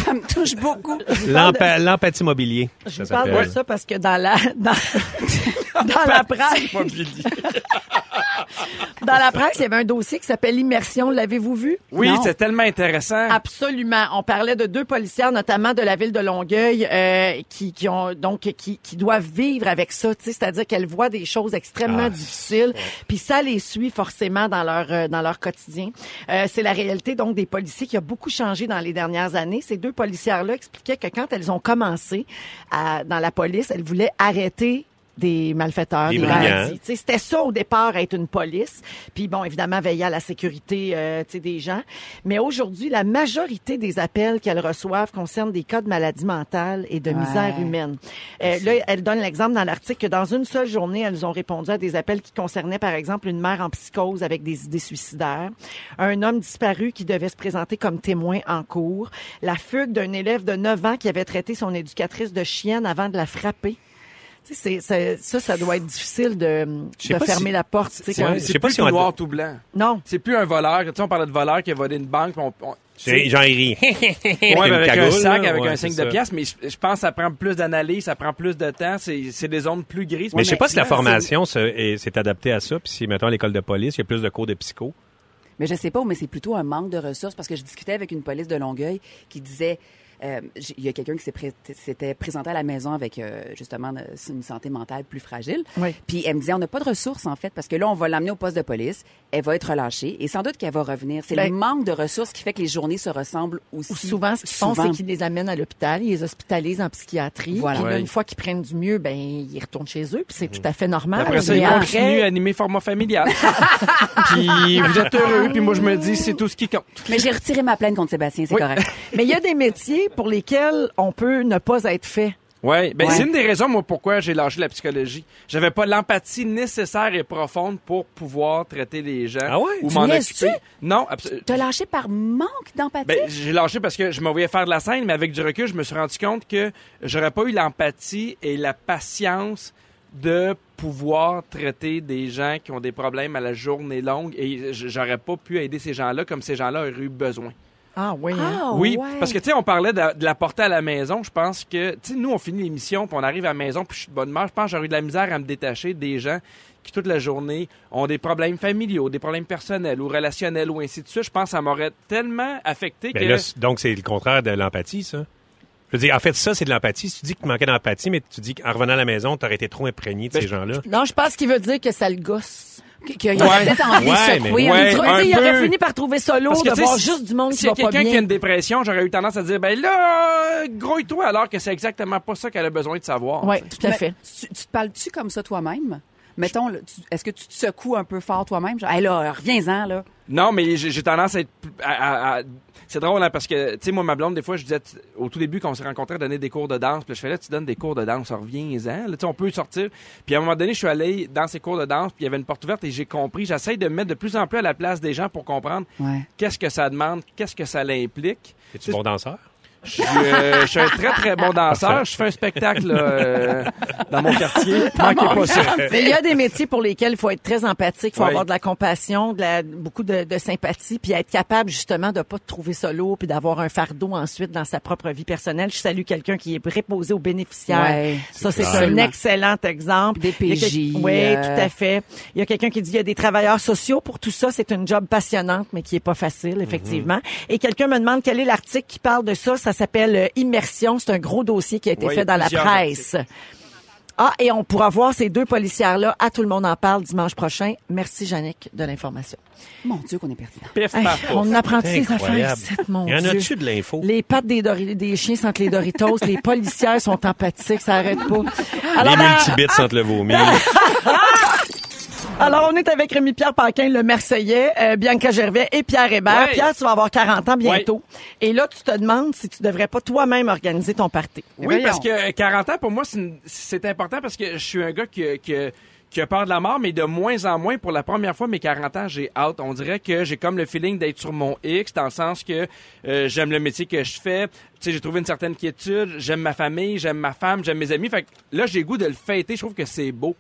S4: ça me touche beaucoup.
S3: L'empa- L'empathie mobilier.
S2: Je
S3: ça
S2: vous parle
S3: s'appelle.
S2: de ça parce que dans la dans, dans la presse, dans la presse, il y avait un dossier qui s'appelle Immersion. L'avez-vous vu?
S1: Oui,
S4: Non.
S1: c'est tellement intéressant.
S2: Absolument. On parlait de deux policières, notamment de la ville de Longueuil, euh, qui, qui ont donc qui, qui doivent vivre avec ça. tu sais, C'est-à-dire qu'elles voient des choses extrêmement
S3: Ah,
S2: difficiles, puis ça les suit forcément dans leur euh, dans leur quotidien. Euh, c'est la réalité donc des policiers qui a beaucoup changé dans les dernières années. Ces deux policières-là expliquaient que quand elles ont commencé à- dans la police, elles voulaient arrêter des malfaiteurs,
S3: Des
S2: des,
S3: brigands.
S2: bandits. Tu sais, C'était ça au départ, être une police. Puis bon, évidemment, veiller à la sécurité euh, tu sais, des gens. Mais aujourd'hui, la majorité des appels qu'elles reçoivent concernent des cas de maladie mentale et de misère humaine. Euh, là, elle donne l'exemple dans l'article que dans une seule journée, elles ont répondu à des appels qui concernaient, par exemple, une mère en psychose avec des idées suicidaires, un homme disparu qui devait se présenter comme témoin en cours, la fugue d'un élève de 9 ans qui avait traité son éducatrice de chienne avant de la frapper. Tu sais, c'est- c'est- ça, ça doit être difficile de,
S3: Je sais
S2: de
S3: pas
S2: fermer
S3: si-
S2: la porte. tu sais,
S3: c'est-
S2: quand-
S3: ouais, je
S1: C'est
S3: sais pas
S1: plus
S3: si
S1: tout
S3: on a-
S1: noir, tout blanc.
S2: Non.
S1: C'est plus un voleur. Tu sais, on parlait de voleur qui a volé une banque. puis On, on-
S3: J'ai- J'en ai ri.
S1: Ouais, mais avec un
S3: cagoule,
S1: sac,
S3: là,
S1: avec
S3: ouais,
S1: un
S3: c'est
S1: 5
S3: ça.
S1: de pièces, mais je, je pense que ça prend plus d'analyse, ça prend plus de temps. C'est c'est des zones plus grises.
S3: Mais je sais pas si la
S1: c'est-
S3: formation se- est- s'est adaptée à ça. Puis si, mettons, à l'école de police, il y a plus de cours de psycho.
S4: Mais je sais pas, mais c'est plutôt un manque de ressources parce que je discutais avec une police de Longueuil qui disait euh, j- il y a quelqu'un qui s'est pré- s'était présenté à la maison avec euh, justement euh, une santé mentale plus fragile.
S2: Oui.
S4: Puis elle me disait on n'a pas de ressources en fait parce que là on va l'amener au poste de police, elle va être relâchée et sans doute qu'elle va revenir. C'est le
S2: Ben-
S4: manque de ressources qui fait que les journées se ressemblent aussi.
S2: Ou souvent, ce qu'ils font,
S4: Souvent.
S2: c'est qu'ils les amènent à l'hôpital, ils les hospitalisent en psychiatrie.
S4: Voilà.
S2: Puis là,
S1: Ouais. Mhm.
S2: une fois qu'ils prennent du mieux, ben ils retournent chez eux, puis c'est tout à fait normal.
S1: Après ça,
S2: Ah, Mais
S1: il
S2: après-
S1: continue à animer format familial. puis vous êtes heureux, puis moi je me dis, c'est tout ce qui compte.
S4: Mais j'ai retiré ma plainte contre Sébastien, c'est
S1: Oui.
S4: correct.
S2: Mais il y a des métiers pour lesquels on peut ne pas être fait.
S1: Ouais, ben
S4: Ouais.
S1: c'est une des raisons moi pourquoi j'ai lâché la psychologie. J'avais pas l'empathie nécessaire et profonde pour pouvoir traiter les gens
S3: Ah ouais?
S1: ou
S3: Tu
S1: m'en
S4: niaises-tu?
S1: occuper. Non, absolument.
S4: T'as lâché par manque d'empathie.
S1: Ben, j'ai lâché parce que je me voyais faire de la scène, mais avec du recul, je me suis rendu compte que j'aurais pas eu l'empathie et la patience de pouvoir traiter des gens qui ont des problèmes à la journée longue et j- j'aurais pas pu aider ces gens-là comme ces gens-là auraient eu besoin.
S2: Ah oui. hein?
S4: Ah,
S1: euh, Oui,
S4: ouais.
S1: parce que tu sais, on parlait de, de la porter à la maison. Je pense que, tu sais, nous, on finit l'émission, puis on arrive à la maison, puis je suis de bonne humeur. Je pense que j'aurais eu de la misère à me détacher des gens qui, toute la journée, ont des problèmes familiaux, des problèmes personnels ou relationnels ou ainsi de suite. Je pense que ça m'aurait tellement affecté
S3: Ben
S1: que.
S3: là, c- donc, c'est le contraire de l'empathie, ça. Je veux dire, en fait, ça, c'est de l'empathie. Si tu dis que tu manquais d'empathie, mais tu dis qu'en revenant à la maison, t'aurais été trop imprégné de
S1: Ben,
S3: ces
S1: je-
S3: gens-là.
S2: Non, je pense qu'il veut dire que ça le gosse.
S4: qu'il y a
S1: Ouais.
S4: peut-être envie
S3: Ouais,
S4: de
S3: mais-
S4: secouer
S1: Ouais,
S4: un
S2: Tu
S4: truc.
S2: veux dire, il
S1: peu.
S2: aurait fini par trouver ça lourd de
S1: tu sais,
S2: voir
S1: si-
S2: juste du monde qui
S1: s'il y
S2: va
S1: a
S2: pas
S1: quelqu'un qui a
S2: bien.
S1: une dépression, j'aurais eu tendance à dire, ben là, euh, grouille-toi, alors que c'est exactement pas ça qu'elle a besoin de savoir.
S2: Oui, tout à
S4: Mais
S2: fait.
S4: Tu, tu te parles-tu comme ça toi-même? Mettons, là, tu- est-ce que tu te secoues un peu fort toi-même? Genre, hey là, reviens-en, là.
S1: Non, mais j'ai j'ai tendance à être. plus- à- à- à- C'est drôle, hein, parce que, tu sais, moi, ma blonde, des fois, je disais, tu- au tout début, quand on s'est rencontrés, donner des cours de danse. Puis là, je fais là, tu donnes des cours de danse, reviens-en. Là, tu sais, on peut sortir. Puis à un moment donné, je suis allé dans ces cours de danse, puis il y avait une porte ouverte et j'ai compris. J'essaye de me mettre de plus en plus à la place des gens pour comprendre
S4: Ouais.
S1: qu'est-ce que ça demande, qu'est-ce que ça l'implique.
S3: Es-tu bon danseur?
S1: Je suis, euh, je suis un très, très bon danseur. Je fais un spectacle là, euh, dans mon quartier. Manquez pas ça.
S2: Mais il y a des métiers pour lesquels il faut être très empathique, il faut
S1: Oui.
S2: avoir de la compassion, de la- beaucoup de, de sympathie, puis être capable justement de pas te trouver solo, puis d'avoir un fardeau ensuite dans sa propre vie personnelle. Je salue quelqu'un qui est préposé aux bénéficiaires.
S4: Ouais.
S2: Ça, c'est
S3: C'est
S2: un
S4: clair.
S2: excellent exemple.
S4: Des PJ,
S2: Oui,
S4: euh,
S2: tout à fait. Il y a quelqu'un qui dit il y a des travailleurs sociaux pour tout ça. C'est une job passionnante, mais qui est pas facile, effectivement. Et quelqu'un me demande quel est l'article qui parle de ça. Ça Ça s'appelle euh, Immersion. C'est un gros dossier qui a été
S1: Oui,
S2: fait dans la
S1: plusieurs
S2: presse. Ah, et on pourra voir ces deux policières-là à Tout le monde en parle dimanche prochain. Merci, Jannick, de l'information.
S4: Mon Dieu, qu'on est pertinent.
S1: Pif,
S2: Hey,
S1: paf, pouf.
S2: on apprend
S3: C'est
S2: ces affaires,
S3: incroyable.
S2: ici, mon
S3: Il y en
S2: Dieu.
S3: a-tu de l'info?
S2: Les pattes des, Dori- des chiens sentent les Doritos. les policières sont empathiques, ça arrête pas.
S3: Les
S2: Alors, ben,
S3: multibits sentent le vomi.
S2: euh, alors, on est avec Rémi-Pierre Paquin, le Marseillais, euh, Bianca Gervais et Pierre Hébert.
S1: Ouais.
S2: Pierre, tu vas avoir 40 ans bientôt. Et là, tu te demandes si tu devrais pas toi-même organiser ton party.
S4: Eh
S1: Oui, parce que euh, 40 ans, pour moi, c'est une- c'est important parce que je suis un gars qui, a- qui a- qui a peur de la mort, mais de moins en moins. Pour la première fois, mes 40 ans, j'ai hâte. On dirait que j'ai comme le feeling d'être sur mon X, dans le sens que euh, j'aime le métier que je fais. Tu sais, j'ai trouvé une certaine quiétude. J'aime ma famille, j'aime ma femme, j'aime mes amis. Fait que là, j'ai le goût de le fêter. Je trouve que c'est beau.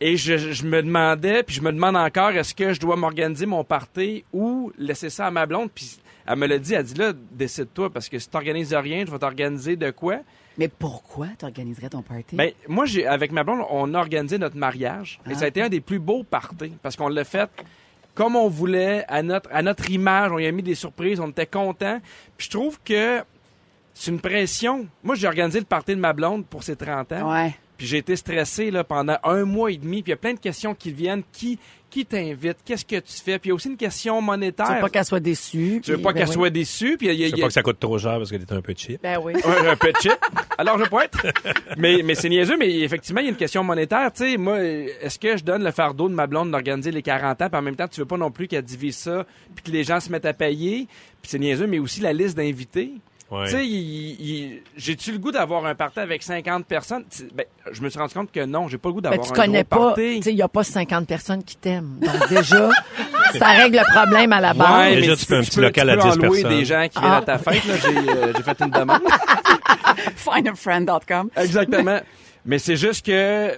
S1: Et je, je me demandais, puis je me demande encore, est-ce que je dois m'organiser mon party ou laisser ça à ma blonde? Puis elle me l'a dit, elle dit là, décide-toi, parce que si t'organises rien, je vais t'organiser de quoi?
S4: Mais pourquoi tu organiserais ton party?
S1: Ben, moi, j'ai, avec ma blonde, on a organisé notre mariage. Et ça
S2: Ah.
S1: a été un des plus beaux parties parce qu'on l'a fait comme on voulait, à notre, à notre image. On y a mis des surprises, on était contents. Puis je trouve que c'est une pression. Moi, j'ai organisé le party de ma blonde pour ses 30 ans.
S4: ouais.
S1: Puis j'ai été stressé là, pendant un mois et demi. Puis il y a plein de questions qui viennent. Qui, qui t'invite? Qu'est-ce que tu fais? Puis il y a aussi une question monétaire.
S2: Tu veux pas qu'elle soit déçue.
S1: Tu veux
S2: puis,
S1: pas
S2: ben
S1: qu'elle
S2: oui.
S1: soit déçue. Puis il y a-
S3: Je
S1: il
S3: sais
S1: y a,
S3: pas que ça coûte trop cher parce que t'es un peu cheap.
S2: Ben oui.
S1: un, un peu de chip. Alors, je pointe. Mais, mais c'est niaiseux, mais effectivement, il y a une question monétaire. Tu sais, moi, euh, est-ce que je donne le fardeau de ma blonde d'organiser les 40 ans, puis en même temps, tu veux pas non plus qu'elle divise ça, puis que les gens se mettent à payer. Puis c'est niaiseux, mais aussi la liste d'invités.
S3: Ouais.
S1: Tu sais, il- il- j'ai-tu le goût d'avoir un party avec 50 personnes? Tu- Ben, je me suis rendu compte que non, j'ai pas le goût
S2: Ben,
S1: d'avoir
S2: tu
S1: un
S2: connais
S1: gros
S2: pas,
S1: party.
S2: tu sais, il n'y a pas 50 personnes qui t'aiment. Donc déjà, ça règle le problème à la base.
S1: Ouais,
S3: Déjà,
S1: mais
S3: tu fais un
S1: tu
S3: petit local
S1: tu
S3: à
S1: peux en
S3: 10
S1: louer
S3: personnes.
S1: des gens qui viennent à
S2: Ah.
S1: ta fête. là. J'ai euh, j'ai fait une demande.
S4: Findafriend.com.
S1: Exactement. Mais c'est juste que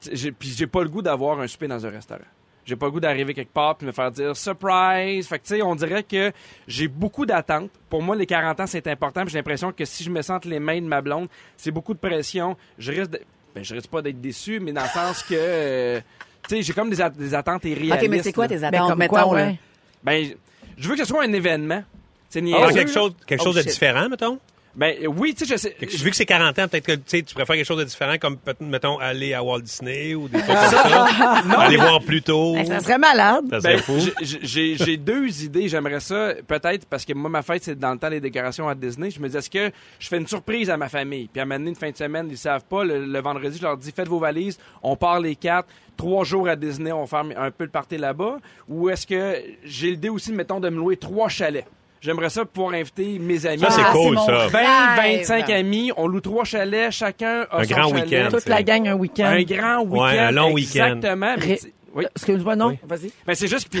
S1: t- j'ai puis j'ai pas le goût d'avoir un souper dans un restaurant. J'ai pas le goût d'arriver quelque part puis me faire dire surprise. Fait que tu sais, on dirait que j'ai beaucoup d'attentes. Pour moi, les 40 ans, c'est important. puis J'ai l'impression que si je me sens entre les mains de ma blonde, c'est beaucoup de pression. Je risque de- ben, je risque pas d'être déçu, mais dans le sens que euh, tu sais, j'ai comme des, a- des attentes irréalistes.
S4: OK, mais c'est quoi
S1: là.
S4: tes
S2: Ben,
S4: attentes?
S2: comme
S4: mettons,
S2: quoi,
S4: là?
S2: ouais.
S1: Ben, je veux que ce soit un événement. C'est
S3: Ah,
S1: niaiseux,
S3: quelque
S1: là.
S3: chose, quelque
S1: Oh,
S3: chose de
S1: shit.
S3: différent, mettons.
S1: Ben oui, tu sais, je sais.
S3: Quelque- Vu que c'est 40 ans, peut-être que tu sais, tu préfères quelque chose de différent, comme peut- mettons aller à Walt Disney ou des trucs comme ça. aller voir plus tôt.
S2: Ben, ça serait malade.
S3: Ça serait
S1: Ben,
S3: fou.
S1: j'ai- j'ai j'ai deux idées. J'aimerais ça, peut-être, parce que moi, ma fête, c'est dans le temps des décorations à Disney. Je me dis, est-ce que je fais une surprise à ma famille? Puis à un moment donné, une fin de semaine, ils savent pas. Le, le vendredi, je leur dis, faites vos valises, on part les quatre. Trois jours à Disney, on ferme un peu le party là-bas. Ou est-ce que j'ai l'idée aussi, mettons, de me louer trois chalets? J'aimerais ça pouvoir inviter mes amis.
S3: Ça, c'est
S4: Ah,
S3: cool,
S4: c'est
S3: ça.
S4: mon-
S1: 20,
S4: Rêve.
S1: 25 amis, on loue trois chalets, chacun a
S3: Un
S1: son
S3: grand
S1: chalet.
S3: week-end.
S2: Toute la gang un week-end.
S1: Un grand week-end.
S3: Ouais, un long week-end.
S1: Exactement. Mais
S2: Ré-
S1: tu- oui.
S2: Excuse-moi, non? Vas-y.
S1: Mais Ben, c'est juste que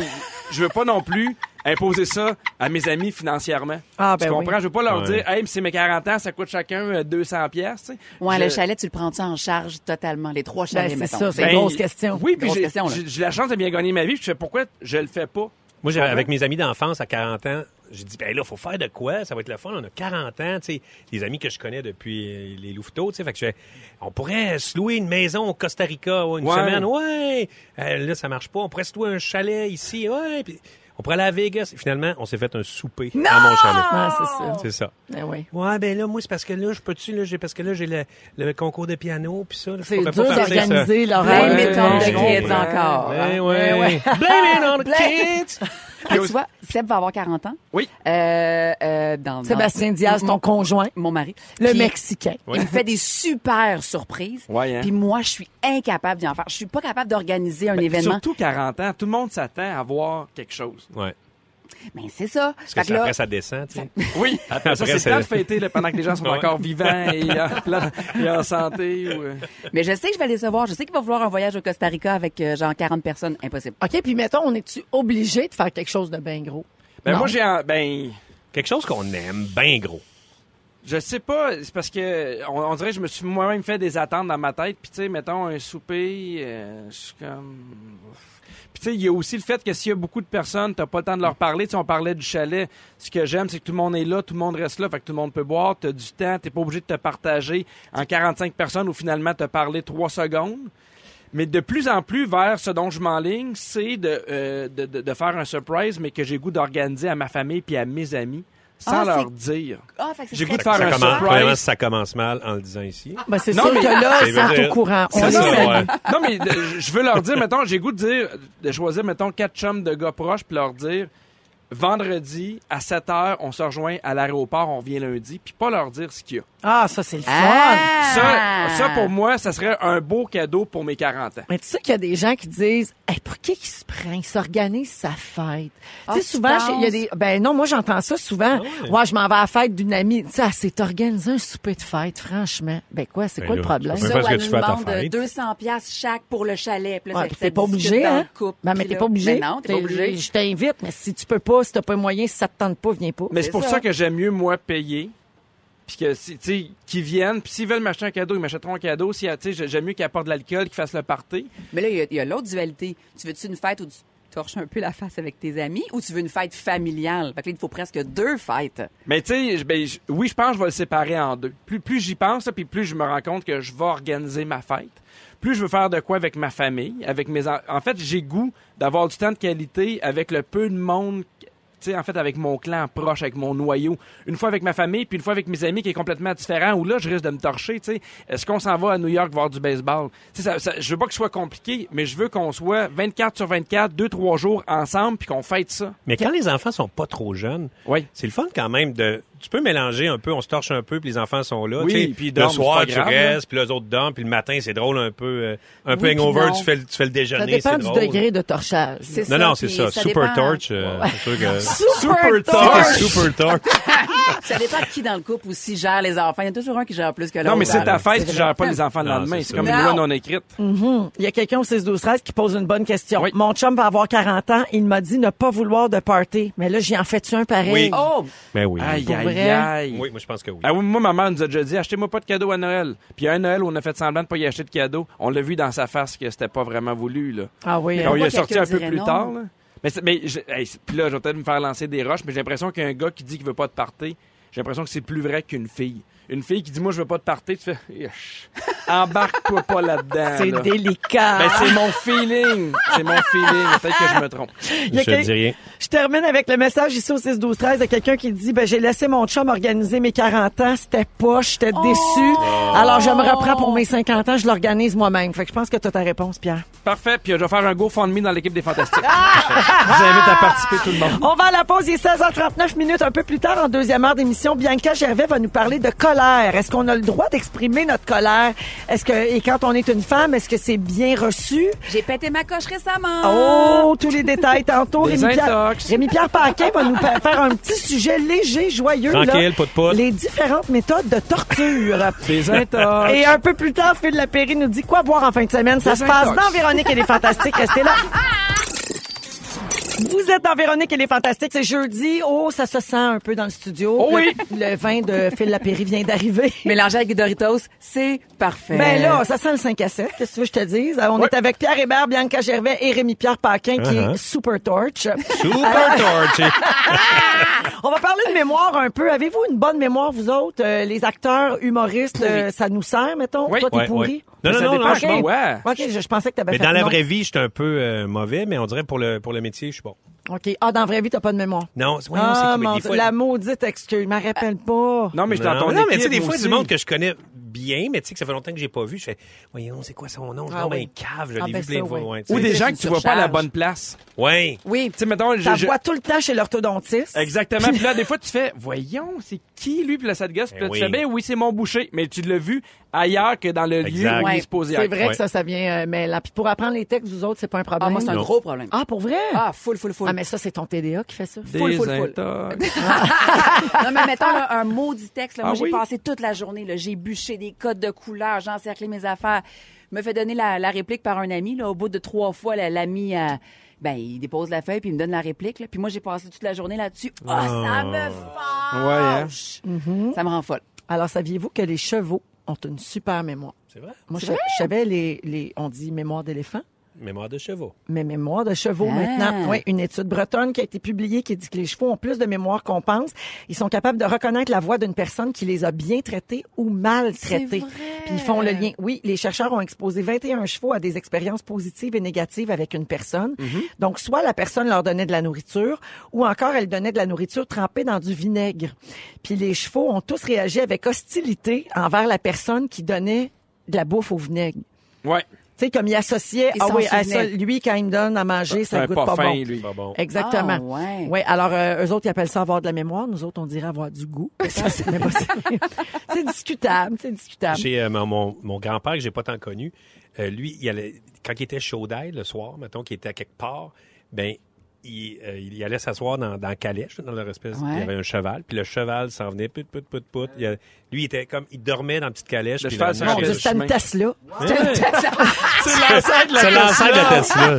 S1: je veux pas non plus imposer ça à mes amis financièrement.
S2: Ah, ben
S1: tu comprends?
S2: oui.
S1: Je veux pas leur
S3: Ouais.
S1: dire, hey, mais c'est mes 40 ans, ça coûte chacun euh, 200 pièces. tu sais.
S4: Ouais,
S1: Je-
S4: le chalet, tu le prends-tu en charge totalement? Les trois chalets,
S2: c'est
S4: mettons.
S2: ça, c'est
S1: Ben,
S2: une grosse question.
S1: Oui, puis
S4: Grosse
S1: j'ai-
S4: question, là.
S1: j'ai j'ai la chance de bien gagner ma vie. puis Je fais pourquoi je le fais pas.
S3: Moi, j'avais- avec mes amis d'enfance à 40 ans, j'ai dit, ben là, faut faire de quoi? Ça va être le fun. On a 40 ans, tu sais. Les amis que je connais depuis euh, les Louveteaux, tu sais. Fait que je fais, on pourrait se louer une maison au Costa Rica ouais, une
S1: Ouais.
S3: semaine. Ouais! Euh, là, ça marche pas. On pourrait se louer un chalet ici. Ouais! Puis on pourrait aller à Vegas. Et finalement, on s'est fait un souper à mon chalet.
S2: Ouais, c'est ça.
S3: C'est ça.
S2: Ben oui.
S3: Ah, Ouais, ben là, moi, c'est parce que là, je peux-tu, là, j'ai, parce que là, j'ai le, le concours de piano, puis ça. là, je
S2: C'est
S3: pourrais
S2: dur
S3: pas passer ça.
S2: d'organiser l'horaire. euh,
S4: Blame
S1: Ouais,
S4: it on
S1: je
S4: the
S1: comprends.
S4: kids encore.
S3: Ben
S4: hein.
S3: ouais.
S1: Ben,
S3: Blame it on the kids!
S4: Ah, tu vois, Seb va avoir 40 ans.
S1: Oui.
S4: Euh, euh, dans, dans-
S2: Sébastien Diaz, ton conjoint,
S4: Mon mari.
S2: le
S4: Puis,
S2: Mexicain.
S3: Oui.
S4: Il me fait des super surprises.
S1: Ouais, hein.
S4: Puis moi, je suis incapable d'en faire. Je suis pas capable d'organiser un
S1: Ben,
S4: événement.
S1: Surtout 40 ans, tout le monde s'attend à voir quelque chose.
S3: Ouais.
S4: Mais c'est ça.
S3: Parce
S4: Fait
S3: que
S4: que
S3: ça,
S4: là,
S3: après, ça descend, tu sais.
S1: Oui,
S3: Ah, Après,
S1: ça c'est
S3: c'est-
S1: plein de fêter là, pendant que les gens sont
S3: Ouais.
S1: encore vivants et, en plein- et en santé. ou, euh.
S4: Mais je sais que je vais les recevoir. Je sais qu'il va vouloir un voyage au Costa Rica avec euh, genre 40 personnes. Impossible.
S2: OK, puis mettons, on est-tu obligé de faire quelque chose de bien gros?
S1: Ben,
S2: Non.
S1: moi, j'ai. un- Ben,
S3: Quelque chose qu'on aime bien gros.
S1: Je sais pas, c'est parce que on, on dirait que je me suis moi-même fait des attentes dans ma tête, puis tu sais mettons un souper, euh, je suis comme puis tu sais il y a aussi le fait que s'il y a beaucoup de personnes, t'as pas le temps de leur parler, tu sais, on parlait du chalet. Ce que j'aime c'est que tout le monde est là, tout le monde reste là, fait que tout le monde peut boire, t'as du temps, t'es pas obligé de te partager en 45 personnes ou finalement te parler trois secondes. Mais de plus en plus vers ce dont je m'enligne, c'est de, euh, de, de, de faire un surprise, mais que j'ai goût d'organiser à ma famille puis à mes amis. sans
S4: Ah, c'est-
S1: leur dire.
S4: Ah, fait que c'est
S1: J'ai
S4: très-
S1: goût de faire
S4: Ça
S1: un
S4: commence-
S1: surprise.
S3: Premièrement, ça commence mal en le disant ici.
S2: Ben, c'est
S1: Non,
S2: sûr
S1: mais-
S2: que là,
S3: Ça
S2: ils sont
S3: veut dire-
S2: au courant. On
S3: C'est
S2: les
S1: ça,
S2: salue.
S3: ouais.
S1: Non, mais euh, je veux leur dire, mettons, j'ai goût de dire, de choisir, mettons, quatre chums de gars proches, puis leur dire, vendredi, à 7 h, on se rejoint à l'aéroport, on revient lundi, puis pas leur dire ce qu'il y a.
S2: Ah, ça, c'est le fun.
S4: Ah!
S1: Ça, ça, pour moi, ça serait un beau cadeau pour mes 40 ans.
S2: Mais tu sais qu'il y a des gens qui disent hey, pour qui qui se prend, il s'organise sa fête.
S4: Ah,
S2: tu sais
S4: tu
S2: souvent chez- il y a
S4: penses?
S2: des ben non, moi j'entends ça souvent. Moi je m'en vais à la fête d'une amie, tu sais elle s'est organisé un souper de fête franchement. Ben quoi, c'est
S3: Ben
S2: quoi
S3: là,
S2: le problème
S3: c'est pas-
S4: Ça, où
S3: parce que
S4: elle
S3: tu
S4: nous
S3: fais à ta
S4: demande
S3: fête.
S4: 200 piastres chaque pour le chalet. Puis là,
S2: Ouais,
S4: ça-
S2: puis
S4: ça
S2: t'es pas
S4: discute
S2: obligé,
S4: dans
S2: hein?
S4: le couple.
S2: Ben, mais
S4: Puis
S2: t'es
S4: là-
S2: pas obligé.
S4: Mais non, t'es pas obligé.
S2: Je t'invite, mais si tu peux pas, si t'as pas moyen, si ça te tente pas, viens pas.
S1: Mais c'est
S4: C'est
S1: pour
S4: ça.
S1: ça que j'aime mieux, moi, payer. Puis que, si- tu sais, qu'ils viennent, puis s'ils veulent m'acheter un cadeau, ils m'achèteront un cadeau. Si, tu sais, j'aime mieux qu'ils apportent de l'alcool, qu'ils fassent le party.
S4: Mais là, il y a- il y a, l'autre dualité. Tu veux-tu une fête où tu torches un peu la face avec tes amis ou tu veux une fête familiale? Fait que là, il faut presque deux fêtes.
S1: Mais tu sais, je- ben, je- oui, je pense que je vais le séparer en deux. Plus, plus j'y pense, là, puis plus je me rends compte que je vais organiser ma fête. Plus je veux faire de quoi avec ma famille, avec mes... en- En fait, j'ai goût d'avoir du temps de qualité avec le peu de monde... Tu sais, en fait, avec mon clan proche, avec mon noyau. Une fois avec ma famille, puis une fois avec mes amis qui est complètement différent, où là, je risque de me torcher, tu sais. Est-ce qu'on s'en va à New York voir du baseball? Tu sais, ça, ça- je veux pas que ce soit compliqué, mais je veux qu'on soit 24 sur 24, 2-3 jours ensemble, puis qu'on fête ça.
S3: Mais quand les enfants sont pas trop jeunes,
S1: Oui.
S3: c'est le fun quand même de. Tu peux mélanger un peu, on se torche un peu, puis les enfants sont là.
S1: Oui,
S3: tu sais.
S1: puis ils
S3: le
S1: dorment,
S3: soir,
S1: c'est pas
S3: tu
S1: grave,
S3: restes, puis les autres dorment, puis le matin, c'est drôle un peu. euh, un peu
S4: Oui, puis
S3: hangover,
S4: non.
S3: tu fais, le- tu fais le
S2: ça
S3: déjeuner,
S2: dépend
S3: c'est
S2: du
S3: drôle.
S2: degré de torchage.
S4: C'est
S3: Non, non, c'est
S4: puis
S3: ça. Super
S4: dépend-
S3: torch, euh, c'est sûr que.
S2: Super
S3: Torch! Super torch!
S4: Ça dépend de qui dans le couple aussi gère les enfants. Il y a toujours un qui gère plus que l'autre.
S1: Non, mais c'est ta fête,
S4: C'est
S1: tu gères pas
S4: vrai.
S1: les enfants le
S3: Non,
S1: lendemain.
S3: c'est
S1: C'est
S3: ça.
S1: comme une loi
S4: Non. Mm.
S1: non écrite.
S2: Il y a quelqu'un au 6 12 13 qui pose une bonne question.
S1: Oui.
S2: Mon chum va avoir 40 ans, il m'a dit ne pas vouloir de party, mais là j'y en fais tu un pareil.
S3: Oui.
S4: Oh!
S3: Mais Ben oui.
S1: Aïe,
S2: Pour
S1: aïe,
S2: vrai?
S1: aïe.
S3: Oui, moi, je pense que oui.
S1: Ah oui, moi, ma mère nous a déjà dit, achetez-moi pas de cadeau à Noël. Puis à un Noël, on a fait semblant de pas y acheter de cadeau. On l'a vu dans sa face que c'était pas vraiment voulu, là.
S2: Ah oui.
S1: Puis
S2: hein.
S1: on lui a
S4: pourquoi
S1: sorti un peu
S4: quelqu'un
S1: plus
S4: dirait
S1: tard,
S4: non?
S1: là. Mais, c'est- mais je- hey, c'est- puis là, je vais peut-être me faire lancer des roches, mais j'ai l'impression qu'un gars qui dit qu'il veut pas de party, j'ai l'impression que c'est plus vrai qu'une fille. Une fille qui dit, moi, je veux pas de party, tu fais, Ish. embarque-toi pas là-dedans,
S2: C'est
S1: là.
S2: délicat.
S1: Mais c'est mon feeling. C'est mon feeling. Peut-être que je me trompe.
S2: Il y a
S3: Je
S2: quel-
S3: dis rien.
S2: Je termine avec le message ici au 6 12 13 de quelqu'un qui dit ben j'ai laissé mon chum organiser mes 40 ans, c'était pas, j'étais
S4: Oh.
S2: déçu. Alors je me reprends pour mes 50 ans, je l'organise moi-même. Fait que je pense que tu as ta réponse Pierre.
S1: Parfait. Puis euh, je vais faire un GoFundMe dans l'équipe des Fantastiques.
S2: Ah!
S1: Je vous invite à participer tout le monde.
S2: On va à la pause, il est 16h39 minutes un peu plus tard en deuxième heure d'émission, Bianca Gervais va nous parler de colère. Est-ce qu'on a le droit d'exprimer notre colère Est-ce que et quand on est une femme, est-ce que c'est bien reçu
S4: J'ai pété ma coche récemment.
S2: Oh, tous les détails tantôt.
S1: Des
S2: Rémi-Pierre
S1: intox.
S2: Rémi -Pierre Paquin va nous pa- faire un petit sujet léger, joyeux. là.
S3: Tranquille, pas de poudre.
S2: Les différentes méthodes de torture.
S1: Des intox.
S2: Et un peu plus tard, Phil Lapéry nous dit quoi voir en fin de semaine. Ça
S1: Des
S2: se passe
S1: intox.
S2: dans Véronique et les Fantastiques. Restez là. Vous êtes dans Véronique et les Fantastiques. C'est jeudi. Oh, ça se sent un peu dans le studio.
S1: Oh oui.
S2: Le, le vin de Phil Lapéry vient d'arriver.
S4: Mélanger avec des Doritos, c'est parfait.
S2: Ben là, ça sent le 5 à 7. Qu'est-ce que tu veux que je te dise? Euh, On est avec Pierre Hébert, Bianca Gervais et Rémi-Pierre Paquin, qui
S3: Uh-huh.
S2: est Super Torch.
S3: Super torch!
S2: On va parler de mémoire un peu. Avez-vous une bonne mémoire, vous autres? Euh, les acteurs, humoristes, euh, ça nous sert, mettons?
S1: Oui.
S2: Toi, t'es
S3: Ouais,
S2: pourri?
S3: ouais. Non,
S1: Mais
S3: non,
S1: ça
S3: non,
S1: dépend,
S3: non,
S1: Ah,
S3: je
S1: pense-
S2: OK.
S1: ouais.
S2: OK, je, je pensais que t'avais
S3: Mais
S2: fait
S3: dans la
S2: non.
S3: vraie vie, j'étais un peu euh, mauvais, mais on dirait pour le, pour le métier, je suis bon.
S2: OK. Ah, dans la vraie vie, t'as pas de mémoire.
S3: Non, c'est- voyons,
S2: ah,
S3: c'est
S2: mon
S3: quoi, des
S2: Dieu,
S3: fois-
S2: la maudite excuse. Je m'en rappelle pas.
S1: Non, mais je
S3: Non,
S1: t'entends.
S3: non, mais tu sais, des fois, du monde que je connais bien, mais tu sais, que ça fait longtemps que j'ai pas vu, je fais, voyons, c'est quoi son nom?
S2: Ah
S3: non, mais
S2: oui.
S3: cave, je
S2: Ah,
S3: l'ai
S2: ben
S3: vu plein
S2: ça,
S3: de fois.
S2: oui.
S3: ouais, tu
S1: Ou
S3: sais.
S1: des
S4: C'est
S1: gens
S4: une
S1: que tu vois pas à la
S4: surcharge.
S1: bonne place.
S3: Ouais.
S4: Oui.
S1: Tu sais, mettons, je-
S2: T'as
S1: je-
S2: vois tout le temps chez l'orthodontiste.
S1: Exactement. Puis là, des fois, tu fais, voyons, c'est qui lui? Puis là, ça te gosse. Puis
S3: Ben
S1: là, tu
S3: oui.
S1: fais, ben oui, c'est mon boucher. Mais tu l'as vu ailleurs que dans le
S3: Exact.
S1: lieu où il
S4: Ouais.
S1: est supposé
S2: C'est
S1: être.
S2: vrai
S3: Ouais.
S2: que ça, ça vient euh, mêlant. Puis pour apprendre les textes, vous autres, c'est pas un
S4: Ah,
S2: problème.
S4: moi, c'est un
S3: Non.
S4: gros problème.
S2: Ah, pour vrai?
S4: Ah, full, full, full.
S2: Ah, mais ça, c'est ton TDA qui fait ça.
S1: Des
S4: Full, full, full.
S1: intox.
S4: Non, mais mettons là, un maudit texte. là. Moi,
S1: Ah
S4: j'ai
S1: oui?
S4: passé toute la journée. là. J'ai bûché des codes de couleurs, j'ai encerclé mes affaires. me fait donner la, la réplique par un ami. Là, au bout de trois fois, la- l'ami, euh, ben, il dépose la feuille puis il me donne la réplique. là. Puis moi, j'ai passé toute la journée là-dessus. Oh, ça me
S1: Ah. hein?
S4: fâche! Ça me rend folle.
S2: Alors, saviez-vous que les chevaux ont une super mémoire?
S3: C'est vrai?
S2: Moi, je, je savais les, les, on dit mémoire d'éléphant.
S3: Mémoire de chevaux.
S2: mes mémoires de chevaux
S4: Ah.
S2: maintenant. Oui, une étude bretonne qui a été publiée qui dit que les chevaux ont plus de mémoire qu'on pense. Ils sont capables de reconnaître la voix d'une personne qui les a bien traités ou mal traités.
S4: vrai.
S2: Puis ils font le lien. Oui, les chercheurs ont exposé 21 chevaux à des expériences positives et négatives avec une personne.
S4: Mhm.
S2: Donc, soit la personne leur donnait de la nourriture ou encore elle donnait de la nourriture trempée dans du vinaigre. Puis les chevaux ont tous réagi avec hostilité envers la personne qui donnait de la bouffe au vinaigre.
S1: Ouais.
S2: Tu sais, comme il associait,
S4: Ils
S2: ah
S4: s'en
S2: oui, à ça,
S4: souvenaient.
S2: lui, quand il me donne à manger,
S1: C'est
S2: ça
S1: un
S2: goûte
S1: pas,
S2: pas
S1: fin,
S2: bon.
S1: lui.
S3: Pas bon.
S2: Exactement.
S4: Ah, ouais.
S2: Ouais, alors, euh, eux autres, ils appellent ça avoir de la mémoire. Nous autres, on dirait avoir du goût. Ça, c'est impossible. c'est discutable, c'est discutable.
S3: J'ai euh, mon, mon- mon grand-père que j'ai pas tant connu, euh, lui, il allait- quand il était chaud d'ail le soir, mettons qu'il était à quelque part, ben il, euh, il allait s'asseoir dans, dans la calèche, dans leur espèce,
S4: Ouais.
S3: il y avait un cheval, puis le cheval s'en venait, put, put, put, put. Il, allait- lui, il était comme, il dormait dans la petite calèche.
S1: Le
S3: puis il
S1: cheval
S3: revenait
S1: s'en
S2: Mon
S1: j'ai
S2: Dieu,
S1: le
S3: chez-
S2: c'est une Tesla.
S1: chemin.
S3: Ouais.
S1: C'est l'ancêtre de la
S3: C'est l'ancêtre de la Tesla.
S1: Tesla.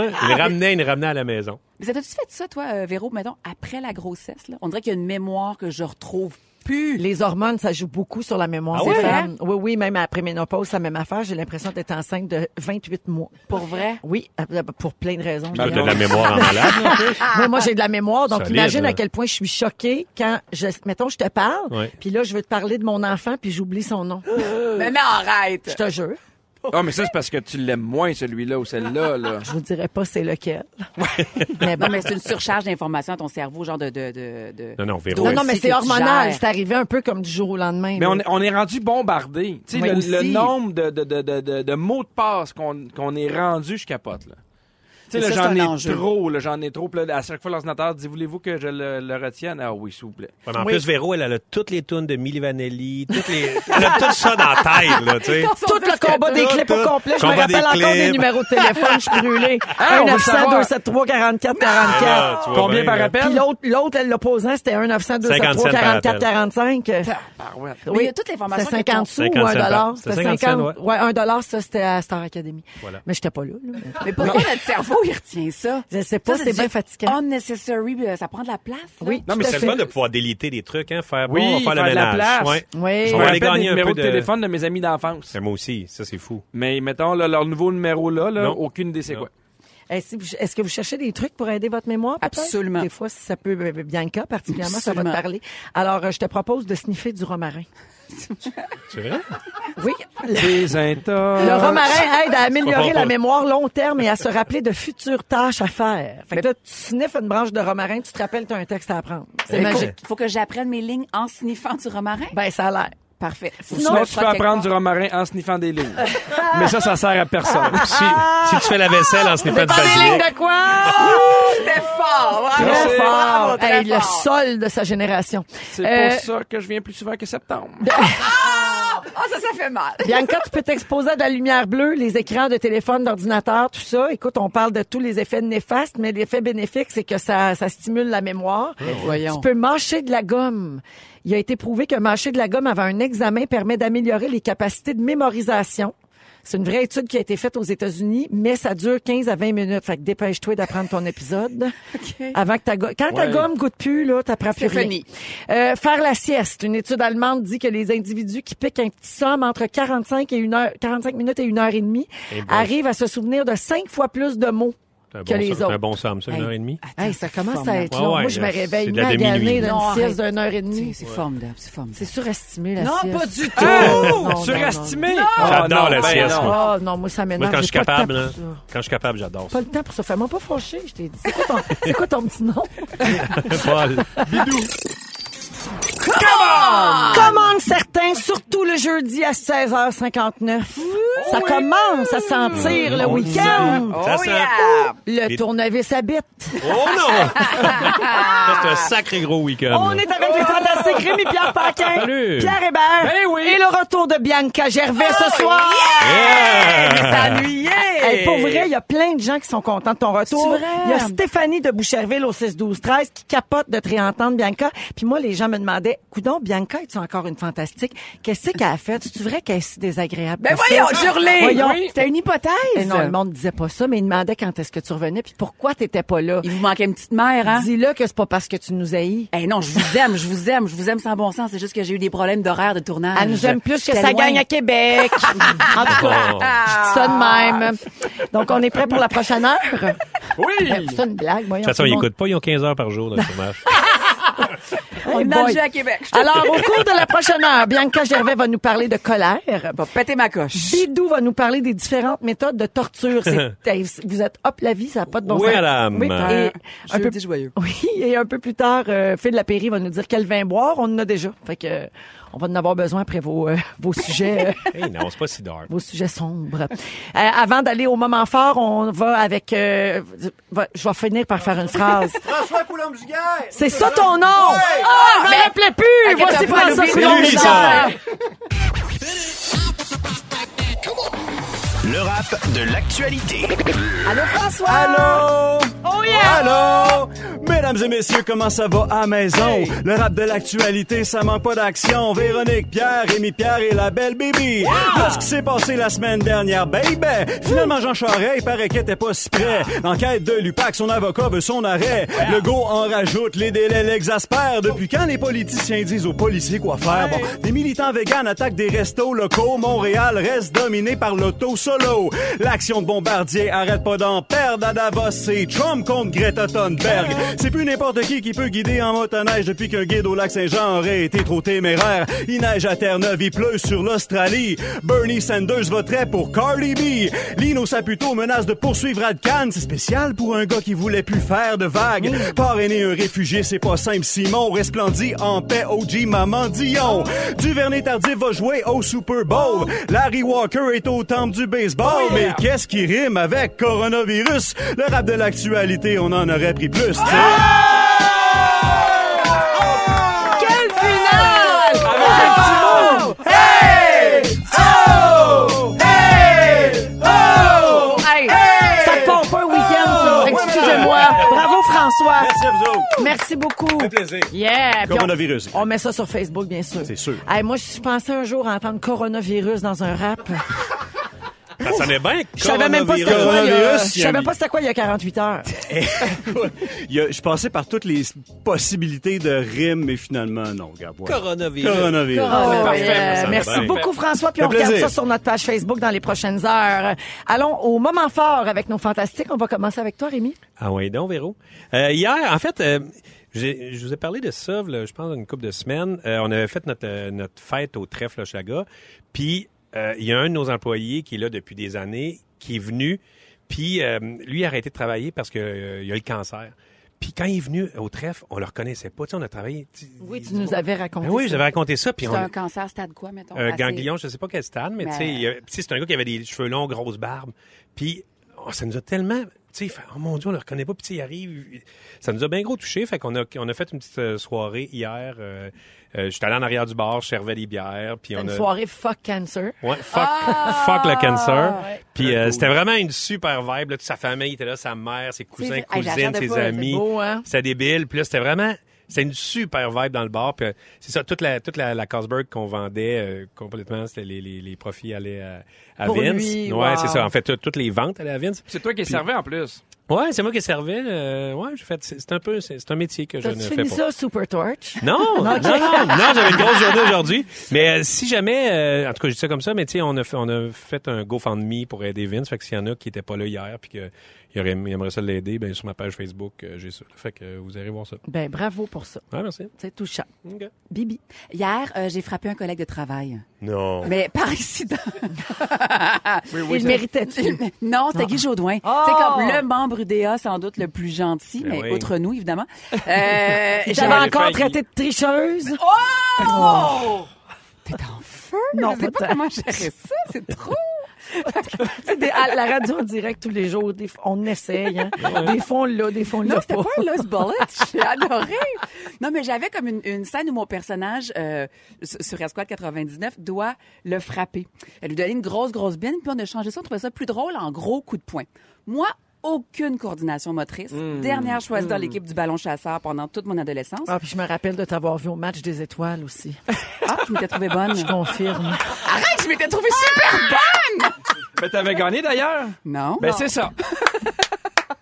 S3: Ouais, Il le ramenait, il le ramenait à la maison.
S4: Mais as-tu fait ça, toi, euh, Véro, mettons, après la grossesse? Là? On dirait qu'il y a une mémoire que je retrouve plus.
S2: Les hormones, ça joue beaucoup sur la mémoire
S3: Ah
S2: des
S3: ouais?
S2: femmes. Oui, oui, même après ménopause, ça même affaire. J'ai l'impression d'être enceinte de 28 mois.
S4: Pour vrai?
S2: Oui, euh, pour plein de raisons.
S3: Il a de
S2: d'ailleurs.
S3: la mémoire en malade.
S2: Moi, moi, j'ai de la mémoire, donc
S3: Solide,
S2: imagine
S3: là.
S2: à quel point je suis choquée quand, je, mettons, je te parle,
S3: Ouais.
S2: puis là, je veux te parler de mon enfant, puis j'oublie son nom.
S1: Euh.
S4: Mais non,
S2: Je
S4: arrête!
S2: te jure.
S1: Ah, mais ça, c'est parce que tu l'aimes moins, celui-là ou celle-là. Là.
S2: Je vous dirais pas c'est lequel.
S4: mais bon, mais c'est une surcharge d'informations à ton cerveau, genre de... de, de, de-
S3: Non, non, Véro.
S2: Non,
S4: Ouais,
S2: non, mais
S4: c'est
S2: c'est
S4: que tu
S2: hormonal.
S4: gères.
S2: C'est arrivé un peu comme du jour au lendemain.
S1: Mais
S2: là.
S1: on est, on est rendu bombardé. Tu sais,
S4: Oui,
S1: le,
S4: aussi.
S1: le nombre de, de, de, de, de- de mots de passe qu'on qu'on est rendu, je capote. Là. Tu sais,
S4: Mais
S1: là,
S4: ça, c'est un
S1: j'en ai
S4: enjeu.
S1: trop, là, j'en ai trop. Puis là, à chaque fois, l'ordinateur dit Voulez-vous que je le, le retienne Ah oui, s'il vous plaît.
S3: Ouais, mais en
S2: Oui.
S3: plus, Véro, elle, elle a toutes les tunes de Milli Vanilli, toutes les... elle a tout ça dans la tête, là, tu sais.
S2: Tout le combat des
S3: Tout,
S2: clips au
S3: tout.
S2: complet. Je me
S3: Combat
S2: rappelle
S3: des
S2: encore des
S3: clips.
S2: numéros de téléphone. Je suis brûlée.
S1: Ah, on veut
S2: 1
S1: savoir.
S2: 900 273 44 44
S3: Ah, tu vois
S1: Combien
S3: bien,
S1: par
S3: là.
S2: Puis
S1: appel
S2: l'autre, l'autre, elle l'opposant, c'était 1 900 273 44 45
S1: Ah, ouais.
S4: Mais il y a toute l'information
S2: C'était 50
S4: que
S2: sous ou
S3: 50
S2: 1 dollar?
S3: C'était
S2: C'était
S3: 50 cents,
S2: 50. Ouais, 1 dollar, ça, c'était à Star Academy.
S3: Voilà.
S2: Mais j'étais pas là. là.
S4: ton- Mais pourquoi notre cerveau, il retient ça?
S2: Je sais pas,
S4: Ça,
S2: c'est
S4: du
S2: bien fatigant.
S4: Unnecessary, euh, ça prend de la place. là.
S2: Oui,
S3: Non, mais
S2: tout à
S3: c'est
S2: fait.
S3: le fun de pouvoir déliter des trucs, hein, faire
S1: Oui,
S3: bon, on va faire le
S1: faire de la
S3: ménage.
S1: place.
S3: Ouais.
S2: Oui.
S3: Je
S1: Je
S3: On va
S1: me rappelle
S3: aller
S1: des
S3: gagner un
S1: numéros
S3: peu
S1: de
S3: de-
S1: téléphone de mes amis d'enfance.
S3: Mais Moi aussi, ça c'est fou.
S1: Mais mettons, là, leur nouveau numéro-là, là,
S3: Non.
S1: aucune idée c'est
S3: Non.
S1: quoi.
S2: Est-ce que vous- est-ce que vous cherchez des trucs pour aider votre mémoire? peut-être?
S4: Absolument.
S2: Des fois, si ça peut, euh, Bianca particulièrement, ça va te
S4: Absolument.
S2: parler. Alors, euh, je te propose de sniffer du romarin.
S3: C'est vrai?
S2: Oui, le,
S1: Des intox.
S2: le romarin aide à améliorer
S3: comprends pas.
S2: la mémoire long terme et à se rappeler de futures tâches à faire. Fait que là, tu sniffes une branche de romarin, tu te rappelles, tu as un texte à apprendre. C'est
S4: Mais faut-
S2: magique.
S4: Faut, que j'apprenne mes lignes en sniffant du romarin.
S2: Ben, ça a l'air.
S4: Parfait. Faut que je
S1: Sinon,
S4: me frotte
S1: tu peux
S4: quelque
S1: apprendre du
S4: part.
S1: romarin en sniffant des lignes. mais ça, ça sert à personne.
S3: si,
S2: Ah!
S3: si tu fais la vaisselle en sniffant du
S2: Pas des lignes de
S3: basilic.
S2: quoi?
S4: C'était fort! bravo,
S2: Très
S1: c'est-
S2: fort.
S4: bravo, très
S2: Hey, le
S4: fort.
S2: sol de sa génération.
S1: C'est
S2: Euh,
S1: pour ça que je viens plus souvent que septembre.
S4: Oh! Ah, ça, ça fait mal.
S2: Bianca, tu peux t'exposer à de la lumière bleue, les écrans de téléphone, d'ordinateur, tout ça. Écoute, on parle de tous les effets néfastes, mais l'effet bénéfique, c'est que ça, ça stimule la mémoire.
S4: Voyons.
S2: Tu peux mâcher de la gomme. Il a été prouvé que mâcher de la gomme avant un examen permet d'améliorer les capacités de mémorisation. C'est une vraie étude qui a été faite aux États-Unis, mais ça dure 15 à 20 minutes. Fait que dépêche-toi d'apprendre ton épisode. Avant que ta gomme... Quand ta
S1: Ouais.
S2: gomme goûte plus, là, t'apprends plus
S4: C'est
S2: rien.
S4: fini.
S2: Euh, faire la sieste. Une étude allemande dit que les individus qui piquent un petit somme entre 45 et une heure, 45 minutes et une heure et demie
S3: Eh ben.
S2: arrivent à se souvenir de cinq fois plus de mots.
S3: C'est un
S2: que
S3: bon
S2: les
S3: somme, c'est
S2: autres.
S3: un bon somme, ça, une heure et demie.
S4: Attends,
S2: Hey, ça
S4: Ah, c'est
S2: commence à
S4: formidable.
S2: être
S3: Ouais,
S2: long.
S3: ouais,
S2: Moi, je me
S3: là,
S2: réveille
S3: c'est de la
S2: maganée
S3: demi-nuit.
S2: d'une
S4: Non,
S2: sieste d'une heure et
S4: C'est
S2: demie.
S4: c'est formidable, c'est formidable.
S2: C'est surestimé, la
S4: Non,
S2: sieste.
S4: pas du
S3: Ah!
S2: tout!
S1: Surestimé! Ah,
S3: J'adore la sieste,
S1: non. ben
S3: moi.
S2: Oh non, moi, ça m'énerve.
S3: Moi, quand je
S2: J'ai pas
S3: suis
S2: le temps
S3: capable, là,
S2: pour ça.
S3: quand je suis capable, j'adore ça.
S2: Pas le temps pour ça. Fais-moi pas fâcher, je t'ai dit. C'est quoi ton, c'est quoi ton petit nom?
S3: Paul. Ah!
S2: Come on, certains, surtout le jeudi à 16h59. Ça commence à sentir le week-end.
S3: Ça sent.
S2: Le
S3: Et-
S2: tournevis habite.
S3: Oh non! Ça, c'est un sacré gros week-end.
S2: On
S3: là.
S2: est avec les fantastiques Rémi-Pierre Paquin,
S3: Ah, Salut.
S2: Pierre Hébert
S1: Ben oui.
S2: et le retour de Bianca Gervais
S3: Oh,
S2: ce soir.
S3: Ah! Yeah!
S2: Ah. Hey, pour vrai, il y a plein de gens qui sont contents de ton retour.
S4: C'est vrai.
S2: Il y a Stéphanie de Boucherville au 6-12-13 qui capote de te réentendre, Bianca. Puis moi, les gens me demandaient, Coudon, Bianca, es-tu encore une fantastique? Qu'est-ce qu'elle a fait? C'est vrai qu'elle est si désagréable?
S4: Ben
S2: que ça?
S4: voyons, Shirley!
S2: Voyons.
S4: C'était une hypothèse.
S2: Eh non, le monde disait pas ça, mais il demandait quand est-ce que tu revenais puis pourquoi t'étais pas là.
S4: Il vous manquait une petite mère, hein?
S2: Dis-le que c'est pas parce que tu nous haïs.
S4: Eh non, je vous aime, je vous aime, je vous aime sans bon sens. C'est juste que j'ai eu des problèmes d'horaire de tournage.
S2: Elle nous aime plus que
S4: Ah, J'étais
S2: ça
S4: loin.
S2: gagne à Québec. en tout cas, je dis ça de même. Donc, on est prêt pour la prochaine heure? Ben,
S1: Oui!
S2: C'est une blague, voyons.
S3: toute façon,
S2: tout
S3: ils
S2: le monde-
S3: n'écoutent pas, ils ont 15 heures par jour dans le chômage.
S4: On
S2: Hey
S4: est dans
S2: boy.
S4: le jeu à Québec. Je te-
S2: Alors, au cours de la prochaine heure, Bianca Gervais va nous parler de colère.
S4: va péter ma coche.
S2: Bidou va nous parler des différentes méthodes de torture. C'est- Vous êtes hop la vie, ça n'a pas de bon
S3: Oui,
S2: sens.
S3: madame.
S2: et un peu,
S4: Jeudi joyeux.
S2: oui, et un peu plus tard, euh, Phil Lapéry va nous dire quel vin boire. On en a déjà. Fait que, euh, on va en avoir besoin après vos, euh, vos sujets. euh,
S3: Eh non, c'est pas si dark.
S2: vos sujets sombres. Euh, avant d'aller au moment fort, on va avec. euh, va- je vais finir par faire une phrase.
S8: François Coulombe-Giguère!
S2: C'est ça ton nom! Ah, je me rappelais plus! Voici
S4: Inquiète-toi pas,
S2: François
S4: l'oublie.
S3: C'est lui,
S2: Coulombe-Giguère.
S8: Le rap de l'actualité.
S2: Allô, François!
S8: Allô?
S2: Oh yeah!
S8: Allô? Mesdames et messieurs, comment ça va à maison? Le rap de l'actualité, ça manque pas d'action. Véronique, Pierre, Rémi Pierre et la belle Bibi. Voilà ce qui s'est passé la semaine dernière, baby. Finalement, Jean Charest, il paraît qu'il était pas si prêt.
S2: Ah.
S8: Enquête de l'UPAC, son avocat veut son arrêt. Le go en rajoute, les délais l'exaspèrent. Depuis quand les politiciens disent aux policiers quoi faire? Bon, des militants véganes attaquent des restos locaux. Montréal reste dominé par l'auto solo. L'action de Bombardier arrête pas d'en perdre à Davos. C'est Trump contre Greta Thunberg. C'est plus n'importe qui qui peut guider en motoneige depuis qu'un guide au lac Saint-Jean aurait été trop téméraire. Il neige à Terre-Neuve, il pleut sur l'Australie. Bernie Sanders voterait pour Cardi B. Lino Saputo menace de poursuivre Adcan. C'est spécial pour un gars qui voulait plus faire de vagues. Parrainer un réfugié, c'est pas simple. Simon resplendit en paix. OG Maman Dion. Duvernay Tardif va jouer au Super Bowl. Larry Walker est au temple du baseball. Mais qu'est-ce qui rime avec coronavirus? Le rap de l'actualité, on en aurait pris plus. tu sais.
S2: Quelle finale! Oh! Hey! Ça te pompe un week-end, ça.
S8: Ouais,
S2: Excusez-moi. Bravo, François.
S8: Merci à vous autres.
S2: Merci beaucoup.
S3: plaisir.
S2: Yeah. Puis on-
S8: Coronavirus.
S2: On, met ça sur Facebook, bien sûr.
S8: C'est sûr.
S2: Hey, moi, je pensais un jour entendre coronavirus dans un rap.
S3: Ça sonnait bien.
S2: Je savais même pas c'était quoi. il y a-
S8: Coronavirus,
S2: Je savais pas c'était quoi il y a 48 heures.
S8: Il y a- je passais par toutes les possibilités de rime, mais finalement, non, regarde. voilà.
S3: Coronavirus.
S8: Coronavirus.
S2: Oh,
S1: parfait,
S2: yeah.
S1: ça me
S2: Merci
S1: va bien.
S2: beaucoup, François. Puis on
S8: Ça fait
S2: regarde
S8: plaisir.
S2: ça sur notre page Facebook dans les prochaines heures. Allons au moment fort avec nos fantastiques. On va commencer avec toi, Rémi.
S3: Ah ouais, donc, Véro. Euh, hier, en fait, euh, j'ai- je vous ai parlé de ça, là, je pense, une couple de semaines. Euh, on avait fait notre, euh, notre fête au trèfle Chaga. Puis, euh, il y a un de nos employés qui est là depuis des années, qui est venu. Puis, euh, lui a arrêté de travailler parce que euh, il a le cancer. Puis, quand il est venu au trèfle, on le reconnaissait pas. Tu sais, on a travaillé.
S2: Oui, tu nous avais raconté.
S3: Ben oui,
S2: ça.
S3: j'avais raconté ça. Puis
S4: C'est
S3: on,
S4: un cancer stade quoi, mettons?
S3: un
S4: Assez-
S3: Euh, ganglion, je sais pas quel stade, mais,
S4: Mais-
S3: tu sais, il y a- tu sais, c'est un gars qui avait des cheveux longs, grosses barbes. Puis oh, ça nous a tellement, tu sais, il fait, oh mon dieu, on le reconnaît pas, puis tu sais, il arrive. Ça nous a bien gros touché, fait qu'on a, on a fait une petite euh, soirée hier. Euh, euh, J'étais allé en arrière du bar, je servais des bières, puis on
S2: Une
S3: a.
S2: soirée fuck cancer.
S3: Ouais, fuck,
S2: Ah!
S3: fuck le cancer. Puis euh, c'était vraiment une super vibe. Là, toute sa famille était là, sa mère, ses cousins,
S4: vrai. Hey,
S3: cousines,
S4: j'attendais
S3: ses
S4: pas,
S3: amis.
S2: c'est beau, hein?
S3: C'était débile. Puis là, c'était vraiment... C'était une super vibe dans le bar. Puis, euh, c'est ça, toute la, toute la, la Carlsberg qu'on vendait euh, complètement, c'était les, les, les profits allaient à, à
S2: Pour
S3: Vince.
S2: lui,
S3: ouais,
S2: wow.
S3: c'est ça. En fait, tout- toutes les ventes allaient à Vince.
S1: C'est toi qui servais en plus.
S3: Ouais, c'est moi qui servais. euh, ouais, j'ai fait. C'est c'est un peu, c'est c'est un métier que je ne
S2: T'as-tu
S3: fais
S2: fini
S3: pas.
S2: ça au Super Torch?
S3: Non, non, non, non, j'avais une grosse journée aujourd'hui. Mais euh, si jamais, euh, en tout cas, je dis ça comme ça, mais tu sais, on a fait, on a fait un GoFundMe pour aider Vince. Fait que s'il y en a qui n'étaient pas là hier, puis que il aurait- il aimerait ça l'aider, ben sur ma page Facebook, euh, j'ai ça. Fait que euh, vous irez voir ça.
S2: Ben, bravo pour ça.
S3: Ouais, merci.
S2: C'est touchant.
S3: OK.
S2: Bibi.
S4: Hier, euh, j'ai frappé un collègue de travail.
S3: Non.
S4: Mais par accident.
S2: il méritait-tu?
S4: non, c'était Guy Jodoin.
S2: Oh!
S4: C'est comme le membre UDA, sans doute le plus gentil,
S3: Ben
S4: mais
S3: oui.
S4: outre nous, évidemment. Euh,
S2: J'avais
S4: j'avais-
S2: encore
S1: failli.
S2: traité de tricheuse.
S4: Oh! T'es en feu?
S2: Non,
S4: je sais
S2: pas
S4: pas
S2: tant.
S4: comment gérer ça, c'est trop.
S2: C'est des- à la radio en direct tous les jours. Des fois, on essaye. Hein. Des fois, on l'a, des fois, on
S4: Non,
S2: l'a
S4: c'était
S2: pas.
S4: pas un Lost Bullet. J'ai adoré. Non, mais j'avais comme une, une scène où mon personnage euh, sur sur Esquad 99 doit le frapper. Elle lui donnait une grosse, grosse bine, puis on a changé ça. On trouvait ça plus drôle en gros coup de poing. Moi, aucune coordination motrice. Dernière choisie dans l'équipe du ballon chasseur pendant toute mon adolescence.
S2: Ah, puis je me rappelle de t'avoir vu au match des étoiles aussi.
S4: Ah, je m'étais trouvée bonne.
S2: Je confirme.
S4: Arrête, je m'étais trouvée super bonne!
S1: Mais t'avais gagné d'ailleurs.
S4: Non.
S1: Ben, c'est ça.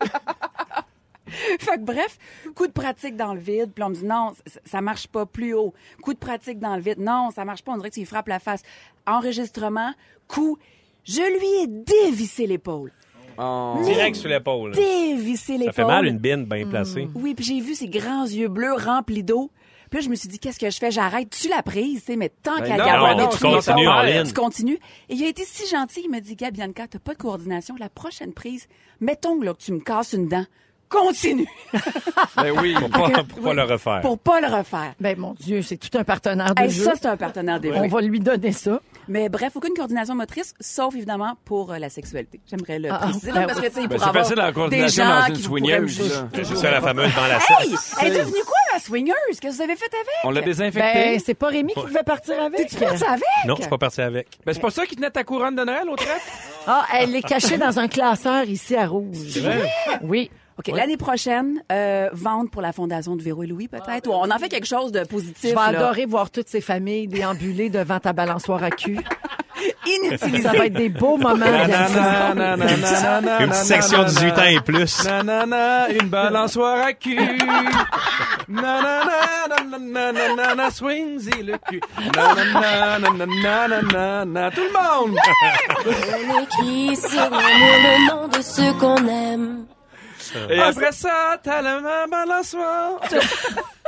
S4: Fait que bref, coup de pratique dans le vide. Puis on me dit non, c- ça marche pas plus haut. Coup de pratique dans le vide. Non, ça marche pas. On dirait que tu lui frappes la face. Enregistrement, coup. Je lui ai dévissé l'épaule.
S3: Direct sur l'épaule.
S4: Dévissé l'épaule.
S3: Ça fait mal une bine bien placée.
S4: Oui, puis j'ai vu ses grands yeux bleus remplis d'eau. Puis là, je me suis dit, qu'est-ce que je fais? J'arrête, tu la prise, tu sais, mais tant
S1: Ben
S4: qu'à
S1: non,
S4: garder
S1: non,
S4: des
S1: tu
S4: trucs,
S1: continues en
S4: tu
S3: ligne.
S4: continues. Et il a été si gentil, il m'a dit, Gab, Bianca, t'as pas de coordination. La prochaine prise, mettons là, que tu me casses une dent. Continue
S1: Ben oui.
S3: Pour pas, pour pas
S4: Oui.
S3: le refaire.
S4: pour pas le refaire.
S2: Ben mon Dieu, c'est tout un partenaire de
S4: Hey,
S2: jeu.
S4: ça, c'est un partenaire dévoué.
S2: On va lui donner ça.
S4: Mais bref, aucune coordination motrice, sauf évidemment pour euh, la sexualité. J'aimerais le
S2: Ah,
S4: préciser,
S2: ah,
S4: là, parce que, tu sais, il
S1: Ben,
S4: pourrait
S1: c'est
S4: avoir
S1: facile la
S4: des
S1: coordination
S4: gens
S1: dans
S4: qui
S1: une
S4: pourraient me
S1: swinguse.
S4: juger.
S1: là.
S3: C'est ça la fameuse dans la
S4: Hey!
S3: selle.
S4: Elle est devenue quoi, la swingeuse? Qu'est-ce que vous avez fait avec?
S1: On l'a désinfecté.
S2: Ben, c'est pas Rémi qui devait partir avec.
S4: Tu fais ça avec?
S3: Non, je suis pas parti avec.
S1: Ben, c'est pas ça qui tenait ta couronne de Noël au trèfle?
S2: Ah, elle est cachée dans un classeur ici à Rouge. Oui.
S4: OK, l'année prochaine, euh, vente pour la fondation de Véro et Louis, peut-être? Ou on en fait quelque chose de positif,
S2: Je vais
S4: là.
S2: adorer voir toutes ces familles déambuler devant ta balançoire à cul.
S4: Inutilisable.
S2: Ça va être des beaux moments. de la saison.
S3: Une petite section 18 ans et plus.
S1: Nanana, une balançoire à cul. Nanana, nanana, nanana, swings et le cul. Nanana, nanana, nanana, tout le monde!
S9: qui le nom de ceux qu'on aime.
S1: Et après ça, t'as la main balançoire.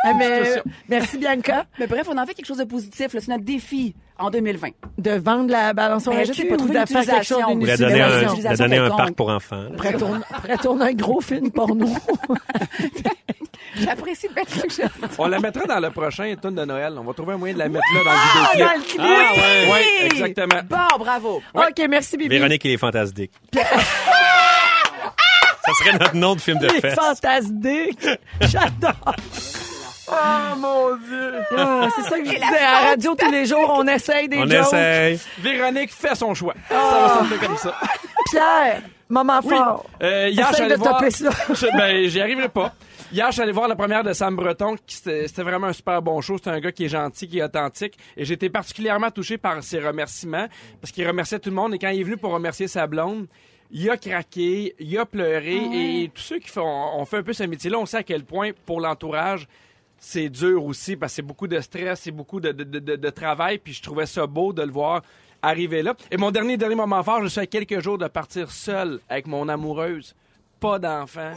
S2: Ah, mais, merci Bianca
S4: Mais bref, on en fait quelque chose de positif, là. C'est notre défi en 2020.
S2: de vendre la balançoire
S4: Mais
S2: à
S4: je sais
S2: cul
S4: pas,
S2: ou
S4: trouver
S2: de faire quelque
S4: l'utilisation.
S2: chose d'une
S4: Vous
S3: Il a
S4: la
S3: donné
S4: donnez
S2: utilisation.
S3: un, il a donné un
S4: quelconque.
S3: parc pour enfants. là.
S2: Après tourner- après tourner un gros film porno.
S4: J'apprécie belle que je...
S1: On la mettra dans le prochain tune de Noël. On va trouver un moyen de la mettre là dans le vidéoclip. Ah, ouais, ouais, exactement.
S4: Bon, bravo.
S2: OK, merci Bibi.
S3: Véronique et les Fantasdiques. Ça serait notre nom de film de
S2: Il est
S3: fête.
S2: fantastique. J'adore.
S1: Oh mon Dieu!
S2: Ah, c'est ça que je disais. À la radio, tous les jours, on essaye des
S3: On
S2: jokes.
S3: essaye.
S1: Véronique fait son choix. Ça va sembler comme ça.
S2: Pierre, maman
S1: Oui.
S2: Ah. fort.
S1: Euh, hier,
S2: Essaye
S1: j'allais
S2: de
S1: voir...
S2: taper ça.
S1: Je- ben, j'y arriverai pas. Hier, j'allais voir la première de Sam Breton. qui C'était c'était vraiment un super bon show. C'est un gars qui est gentil, qui est authentique. Et j'étais particulièrement touché par ses remerciements parce qu'il remerciait tout le monde. Et quand il est venu pour remercier sa blonde, il a craqué, il a pleuré. Et tous ceux qui font, on fait un peu ce métier-là, on sait à quel point, pour l'entourage, c'est dur aussi parce que c'est beaucoup de stress, c'est beaucoup de, de- de- de- de travail. Puis je trouvais ça beau de le voir arriver là. Et mon dernier, dernier moment fort, je suis à quelques jours de partir seul avec mon amoureuse. Pas d'enfant.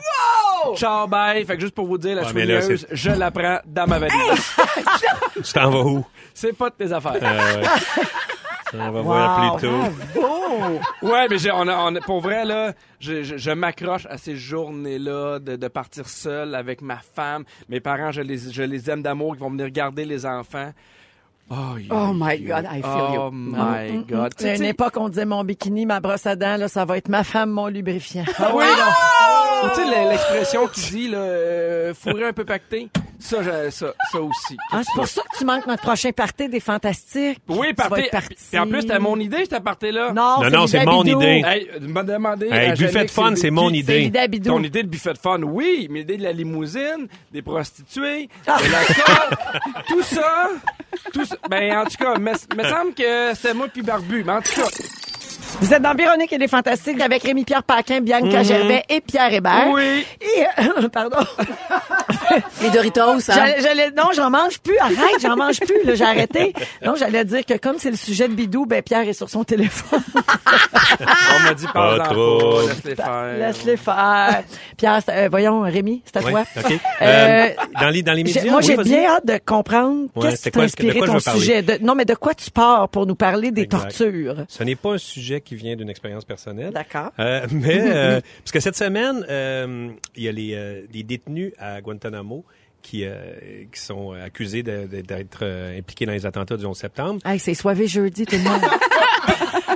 S1: Ciao, bye. Fait que juste pour vous dire, la
S3: Ouais, mais là,
S1: soigneuse,
S3: c'est-
S1: je la prends dans ma valise.
S3: Tu t'en vas où?
S1: C'est pas de tes affaires.
S3: Euh, ouais. Ça, On va voir plus tôt.
S1: Ouais, mais j'ai- on a- on a- pour vrai, là, je, je- je m'accroche à ces journées-là de, de partir seul avec ma femme. Mes parents, je les, je les aime d'amour. Ils vont venir garder les enfants. Oh,
S4: Oh my God, I feel you.
S1: Oh
S2: Mm,
S1: my God.
S2: C'est une époque, on disait mon bikini, ma brosse à dents, là, ça va être ma femme, mon lubrifiant.
S1: Ah oui, non. Tu sais, l'expression qui dit, là, euh, fourrer un peu pacté, ça, je- ça, ça aussi.
S2: Ah, c'est pour ça que tu manques notre prochain party des Fantastiques.
S1: Oui,
S2: Tu vas
S1: partez.
S2: être parti.
S1: Puis en plus, t'as mon idée, cette partie-là.
S2: Non,
S3: Non, non, c'est
S2: Bidabidou.
S3: mon idée.
S1: Hey, euh, m'a demandé.
S3: Hey,
S1: à
S3: buffet
S1: Yannick,
S3: de fun, c'est mon
S1: qui-
S3: idée.
S2: C'est Bidabidou.
S1: Ton idée de buffet de fun, oui, mais l'idée de la limousine, des prostituées, de la coke, tout ça, tout ça. Ben, en tout cas, me, me
S3: Euh.
S1: semble que c'était moi puis Barbu, mais en tout cas.
S2: Vous êtes dans Véronique et les Fantastiques avec Rémi-Pierre Paquin,
S3: Mhm.
S2: Bianca Gervais et Pierre Hébert.
S1: Oui.
S2: Et, euh, pardon.
S4: Les Doritos, hein?
S2: J'allais, j'allais- non, j'en mange plus. Arrête, j'en mange plus. Là, j'ai arrêté. Non, j'allais dire que comme c'est le sujet de Bidou, ben Pierre est sur son téléphone.
S1: On m'a dit,
S3: Pas
S1: parle-en
S3: trop.
S1: pas, laisse-les faire.
S2: Laisse-les faire. Pierre, c'est- euh, voyons, Rémi, c'est à
S3: Euh, Ouais,
S2: toi.
S3: OK.
S2: Euh,
S3: Euh, dans, les, dans les médias,
S2: J'ai- moi,
S3: oui,
S2: j'ai
S3: vas-y.
S2: bien hâte de comprendre
S3: Ouais,
S2: qu'est-ce qui t'a
S3: c'est quoi- de
S2: inspiré
S3: quoi je
S2: ton
S3: veux parler?
S2: sujet. De- non, mais de quoi tu pars pour nous parler des
S3: Exact.
S2: tortures?
S3: Ce n'est pas un sujet qui vient d'une expérience personnelle.
S2: D'accord.
S3: Euh, mais, euh, parce que cette semaine, euh, il y a les, euh, les détenus à Guantanamo qui, euh, qui sont accusés de- de- d'être euh, impliqués dans les attentats du 11 septembre.
S2: Hey, c'est soivé jeudi, tout le monde.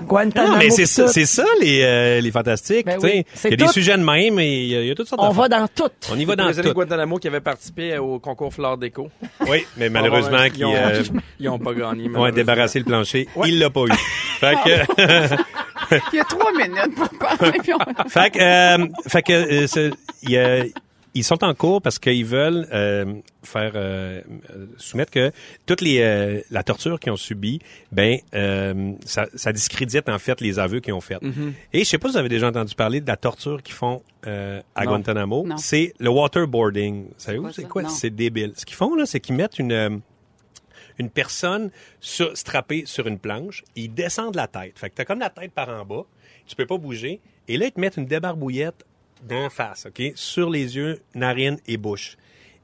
S2: Guantanamo.
S3: Non, mais c'est
S2: pis
S3: ça,
S2: tout.
S3: c'est ça les, euh, les fantastiques.
S2: Ben
S3: tu sais.
S2: oui, c'est
S3: il y a des
S2: tout.
S3: sujets de même et il y a, il y a toutes sortes
S2: On
S3: d'affaires.
S2: va dans tout.
S3: On y va dans
S1: les années
S3: tout.
S1: Guantanamo qui avaient participé au concours Fleur Déco.
S3: Oui, mais malheureusement, qui
S1: Ah ils ont,
S3: euh,
S1: ils ont pas gagné.
S3: ont
S1: malheureusement.
S3: débarrassé le plancher. Il l'a pas eu. Fait que...
S4: Il y a trois minutes pour parler. Puis on...
S3: Fait que, euh, fait que euh, c'est- il y a- ils sont en cours parce qu'ils veulent euh, faire euh, euh, soumettre que toutes les euh, la torture qu'ils ont subie, ben euh, ça, ça discrédite en fait les aveux qu'ils ont faits.
S4: Mm-hmm.
S3: Et je sais pas si vous avez déjà entendu parler de la torture qu'ils font euh, à
S1: Non.
S3: Guantanamo.
S4: Non.
S3: C'est le waterboarding. Savez-vous
S4: quoi
S3: c'est
S4: ça?
S3: quoi
S4: Non.
S3: C'est débile. Ce qu'ils font là, c'est qu'ils mettent une euh, une personne sur, strappée sur une planche, ils descendent la tête. Fait que t'as comme la tête par en bas, tu peux pas bouger, et là, ils te mettent une débarbouillette d'en face, OK? Sur les yeux, narines et bouche.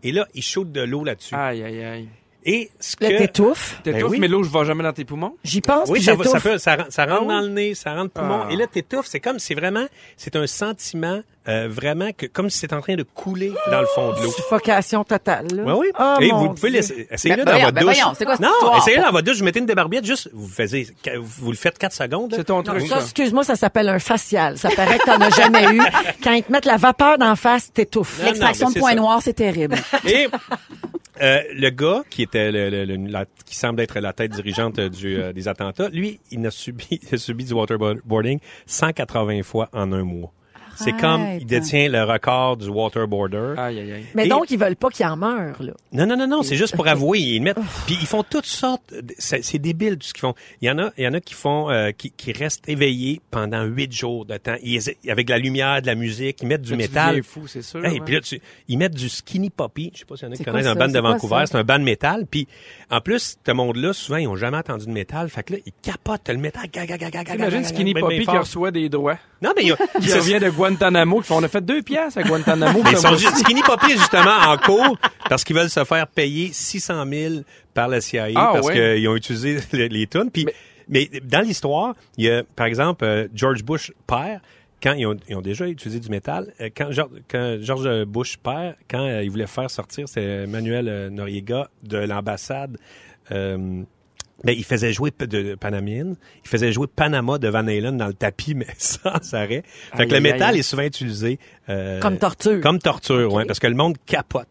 S3: Et là, ils shootent de l'eau là-dessus.
S1: Aïe, aïe, aïe.
S3: Et ce
S2: Ah. Là,
S3: que...
S2: t'étouffes.
S1: T'es
S3: Ben
S1: touffe,
S3: oui.
S1: mais l'eau, je vais jamais dans tes poumons.
S2: J'y pense,
S3: Oui,
S2: puis
S3: ça, va- ça,
S2: j'étouffe.
S3: peut- ça, ren- ça rentre
S1: Ah oui?
S3: dans le nez, ça rentre poumon,
S1: Ah.
S3: et là, t'étouffes. C'est comme, c'est vraiment, c'est un sentiment euh, vraiment que, comme si c'était en train de couler dans le fond de l'eau.
S2: Suffocation totale. là.
S3: Oui, oui.
S2: Ah,
S3: Et
S2: mon
S3: vous pouvez
S2: Dieu.
S3: l'essayer essayez
S4: Ben,
S3: dans
S4: voyons,
S3: votre
S4: ben
S3: douche.
S4: voyons, c'est quoi cette
S3: non,
S4: histoire?
S3: essayez dans votre douche. Vous mettez une débarbiette, juste, vous faisiez, vous le faites 4 secondes. là.
S1: C'est ton truc,
S2: Ça,
S1: ça.
S2: excuse-moi, ça s'appelle un facial. Ça paraît que t'en as jamais eu. Quand ils te mettent la vapeur d'en face, t'étouffes.
S3: Non, non,
S4: L'extraction
S3: mais
S4: de
S3: c'est
S4: points
S3: ça.
S4: noirs, c'est terrible.
S3: Et euh, le gars qui était le, le- le- la- qui semble être la tête dirigeante du, euh, des attentats, lui, il a subi, il a subi du waterboarding 180 fois en un mois. C'est
S4: Arrête.
S3: comme il détient le record du waterboarder.
S1: Aïe, aïe, aïe.
S2: Mais
S3: Et- Euh,
S2: donc, ils veulent pas qu'ils en meurent, là.
S3: Non, non, non, non, c'est juste pour avouer. Ils mettent,
S4: Oh.
S3: puis ils font toutes sortes. de- C'est, c'est débile tout ce qu'ils font. Il y en a, il y en a qui font, euh, qui, qui restent éveillés pendant huit jours de temps. Ils, essaient- avec de la lumière, de la musique, ils mettent du
S1: Là, tu
S3: métal.
S1: deviens fou, c'est sûr. hein?
S3: Hey,
S1: ouais.
S3: puis là, tu- ils mettent du skinny poppy. Je sais pas s'il y en a
S4: C'est
S3: qui
S4: quoi
S3: connaissent
S4: ça?
S3: un band
S4: C'est
S3: de
S4: quoi
S3: Vancouver.
S4: ça?
S3: C'est un band de métal. Puis en plus, ce monde-là, souvent, ils ont jamais entendu de métal. Fait que là, ils capotent. T'as le métal. Ga, ga, ga, ga, ga, ga,
S1: Ah, T'imagines
S3: ga,
S1: Skinny
S3: ga, ga,
S1: Poppy
S3: bien
S1: qui
S3: fort.
S1: reçoit des droits.
S3: Non, mais il y a-
S1: Qui revient de Guantanamo, qui font, on a fait deux pièces à Guantanamo.
S3: Mais ils
S1: ça
S3: sont
S1: va-
S3: juste skinny poppy justement en cours parce qu'ils veulent se faire payer 600 000 par la CIA
S1: Ah,
S3: parce
S1: ouais.
S3: qu'ils ont utilisé les, les tunes. Puis, mais... dans l'histoire, il y a par exemple euh, George Bush père. Quand ils ont, ils ont déjà utilisé du métal, euh, quand, Geor- quand George Bush père, quand euh, il voulait faire sortir c'est Manuel euh, Noriega de l'ambassade, euh, ben, il faisait jouer p- de, de Panamine, il faisait jouer Panama de Van Halen dans le tapis, mais sans arrêt. Fait que
S1: Aïe, aïe,
S3: le métal
S1: aïe.
S3: est souvent utilisé euh,
S2: Comme torture.
S3: comme torture, ouais, parce que le monde capote.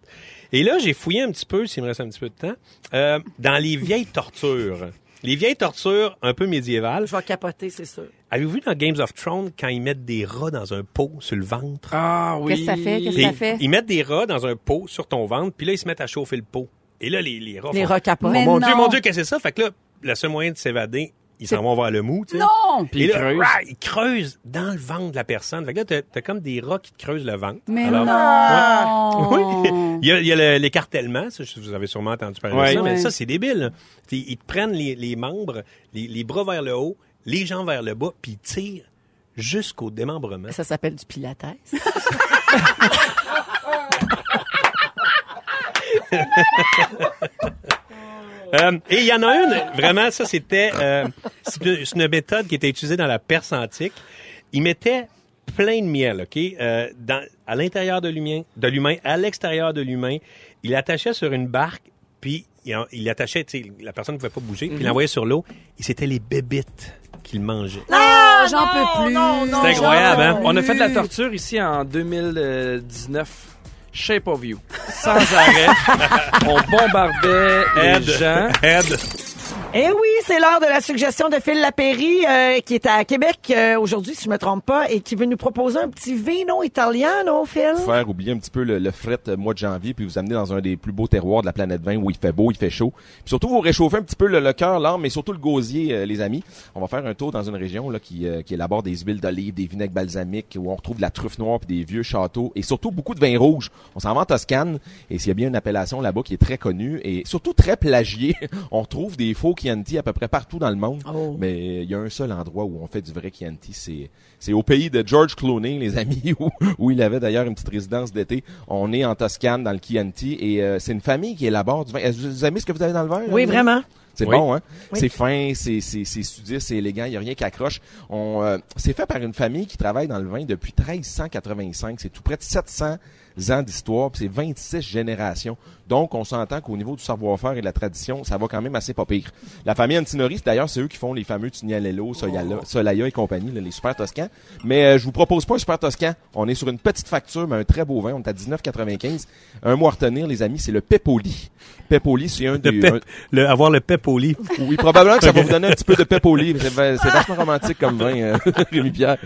S3: Et là, j'ai fouillé un petit peu, s'il me reste un petit peu de temps, euh, dans les vieilles tortures. Les vieilles tortures un peu médiévales.
S2: Je vais capoter, c'est sûr.
S3: Avez-vous vu dans Games of Thrones quand ils mettent des rats dans un pot sur le ventre?
S1: Ah oui.
S4: Qu'est-ce que ça fait? Qu'est-ce que ça
S3: Puis,
S4: fait?
S3: Ils mettent des rats dans un pot sur ton ventre, puis là, ils se mettent à chauffer le pot. Et là, les, les rats
S2: Les
S3: font,
S2: rats capotent.
S4: Mais
S3: Oh, mon
S4: non.
S3: Dieu, mon Dieu, qu'est-ce que c'est ça? Fait que là, le seul moyen de s'évader, ils s'en vont vers le mou, tu sais.
S4: Non!
S1: Puis
S3: Et
S1: il
S3: là,
S1: creuse.
S3: rah, ils creusent dans le ventre de la personne. Fait que là, t'as, t'as comme des rats qui te creusent le ventre.
S4: Mais
S3: Alors,
S4: non!
S3: ouais. Oui. Il y a, il y a le- l'écartèlement, ça, je- vous avez sûrement entendu parler
S1: Ouais.
S3: de ça, mais
S4: Oh. Ouais.
S3: ça, c'est débile. là. T'es- Ils te prennent les, les membres, les, les bras vers le haut, les jambes vers le bas, puis ils tirent jusqu'au démembrement.
S2: Ça s'appelle du pilates.
S3: Euh, et il y en a une, vraiment, ça, c'était... euh, c'est une, c'est une méthode qui était utilisée dans la Perse antique. Ils mettaient plein de miel, OK? euh, dans, à l'intérieur de l'humain, de l'humain, à l'extérieur de l'humain. Ils l'attachaient sur une barque, puis ils en- ils l'attachaient, tu sais, la personne ne pouvait pas bouger, puis ils l'envoyaient sur l'eau, et c'était les bébites qu'ils mangeaient.
S4: Ah, j'en peux plus!
S3: C'est incroyable, hein?
S1: On a fait de la torture ici en 2019. Shape of You. Sans arrêt. On bombardait les gens.
S3: Ed.
S2: Eh oui, c'est l'heure de la suggestion de Phil Lapéry, euh, qui est à Québec euh, aujourd'hui, si je me trompe pas, et qui veut nous proposer un petit vino italiano, Phil.
S10: Vous faire oublier un petit peu le, le fret euh, mois de janvier, puis vous amener dans un des plus beaux terroirs de la planète 20 où il fait beau, il fait chaud. Puis surtout, vous réchauffez un petit peu le, le cœur, l'âme, mais surtout le gosier, euh, les amis. On va faire un tour dans une région là, qui, euh, qui élabore des huiles d'olive, des vinaigres balsamiques, où on retrouve de la truffe noire, puis des vieux châteaux, et surtout beaucoup de vins rouges. On s'en va en Toscane, et s'il y a bien une appellation là-bas qui est très connue, et surtout très plagiée, on trouve des faux Chianti à peu près partout dans le monde.
S2: Oh.
S10: Mais euh, il y a un seul endroit où on fait du vrai Chianti, c'est c'est au pays de George Clooney, les amis, où, où il avait d'ailleurs une petite résidence d'été. On est en Toscane, dans le Chianti, et euh, c'est une famille qui élabore du vin. Est-ce que Vous aimez ce que vous avez dans le verre?
S2: Oui,
S10: les amis?
S2: vraiment.
S10: C'est
S3: Oui.
S10: bon, hein?
S2: Oui.
S10: C'est fin, c'est c'est c'est sudiste, c'est élégant, il y a rien qui accroche. On euh, c'est fait par une famille qui travaille dans le vin depuis 1385, c'est tout près de 700 ans d'histoire, puis c'est 26 générations Donc, on s'entend qu'au niveau du savoir-faire et de la tradition, ça va quand même assez pas pire. La famille Antinori, c'est d'ailleurs, c'est eux qui font les fameux Tignanello, Soyala- Solaya et compagnie, là, les super toscans. Mais euh, je vous propose pas un super toscan. On est sur une petite facture, mais un très beau vin. On est à 19,95. Un mot à retenir, les amis, c'est le Pepoli. Pepoli, c'est un
S11: Le
S10: des...
S11: pep-
S1: euh,
S10: un-
S11: le- avoir le pep au lit.
S10: oui, probablement que ça va vous donner un petit peu de pep au livre. C'est va- c'est vachement romantique comme vin, euh, Rémi Pierre.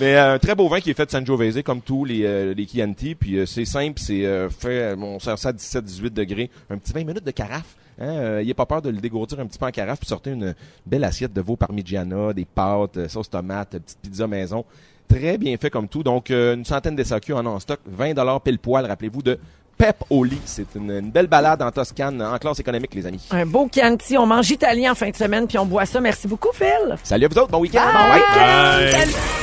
S10: Mais euh, un très beau vin qui est fait de Sangiovese, comme tous les, euh, les Chianti. Puis euh, c'est simple, c'est euh, fait, euh, on sert ça à 17-18 degrés. Un petit 20 minutes de carafe. Hein, euh, ayez pas peur de le dégourdir un petit peu en carafe puis sortez une belle assiette de veau parmigiana, des pâtes, euh, sauce tomate, euh, petite pizza maison. Très bien fait comme tout. Donc, euh, une centaine de SAQ en en stock, 20 pile poil. Rappelez-vous de Pep au lit. C'est une, une belle balade en Toscane, en classe économique, les amis.
S2: Un beau Chianti. On mange italien en fin de semaine, puis on boit ça. Merci beaucoup, Phil.
S10: Salut à vous autres, bon week-end.
S2: Bye.
S10: Bye.
S2: Salut.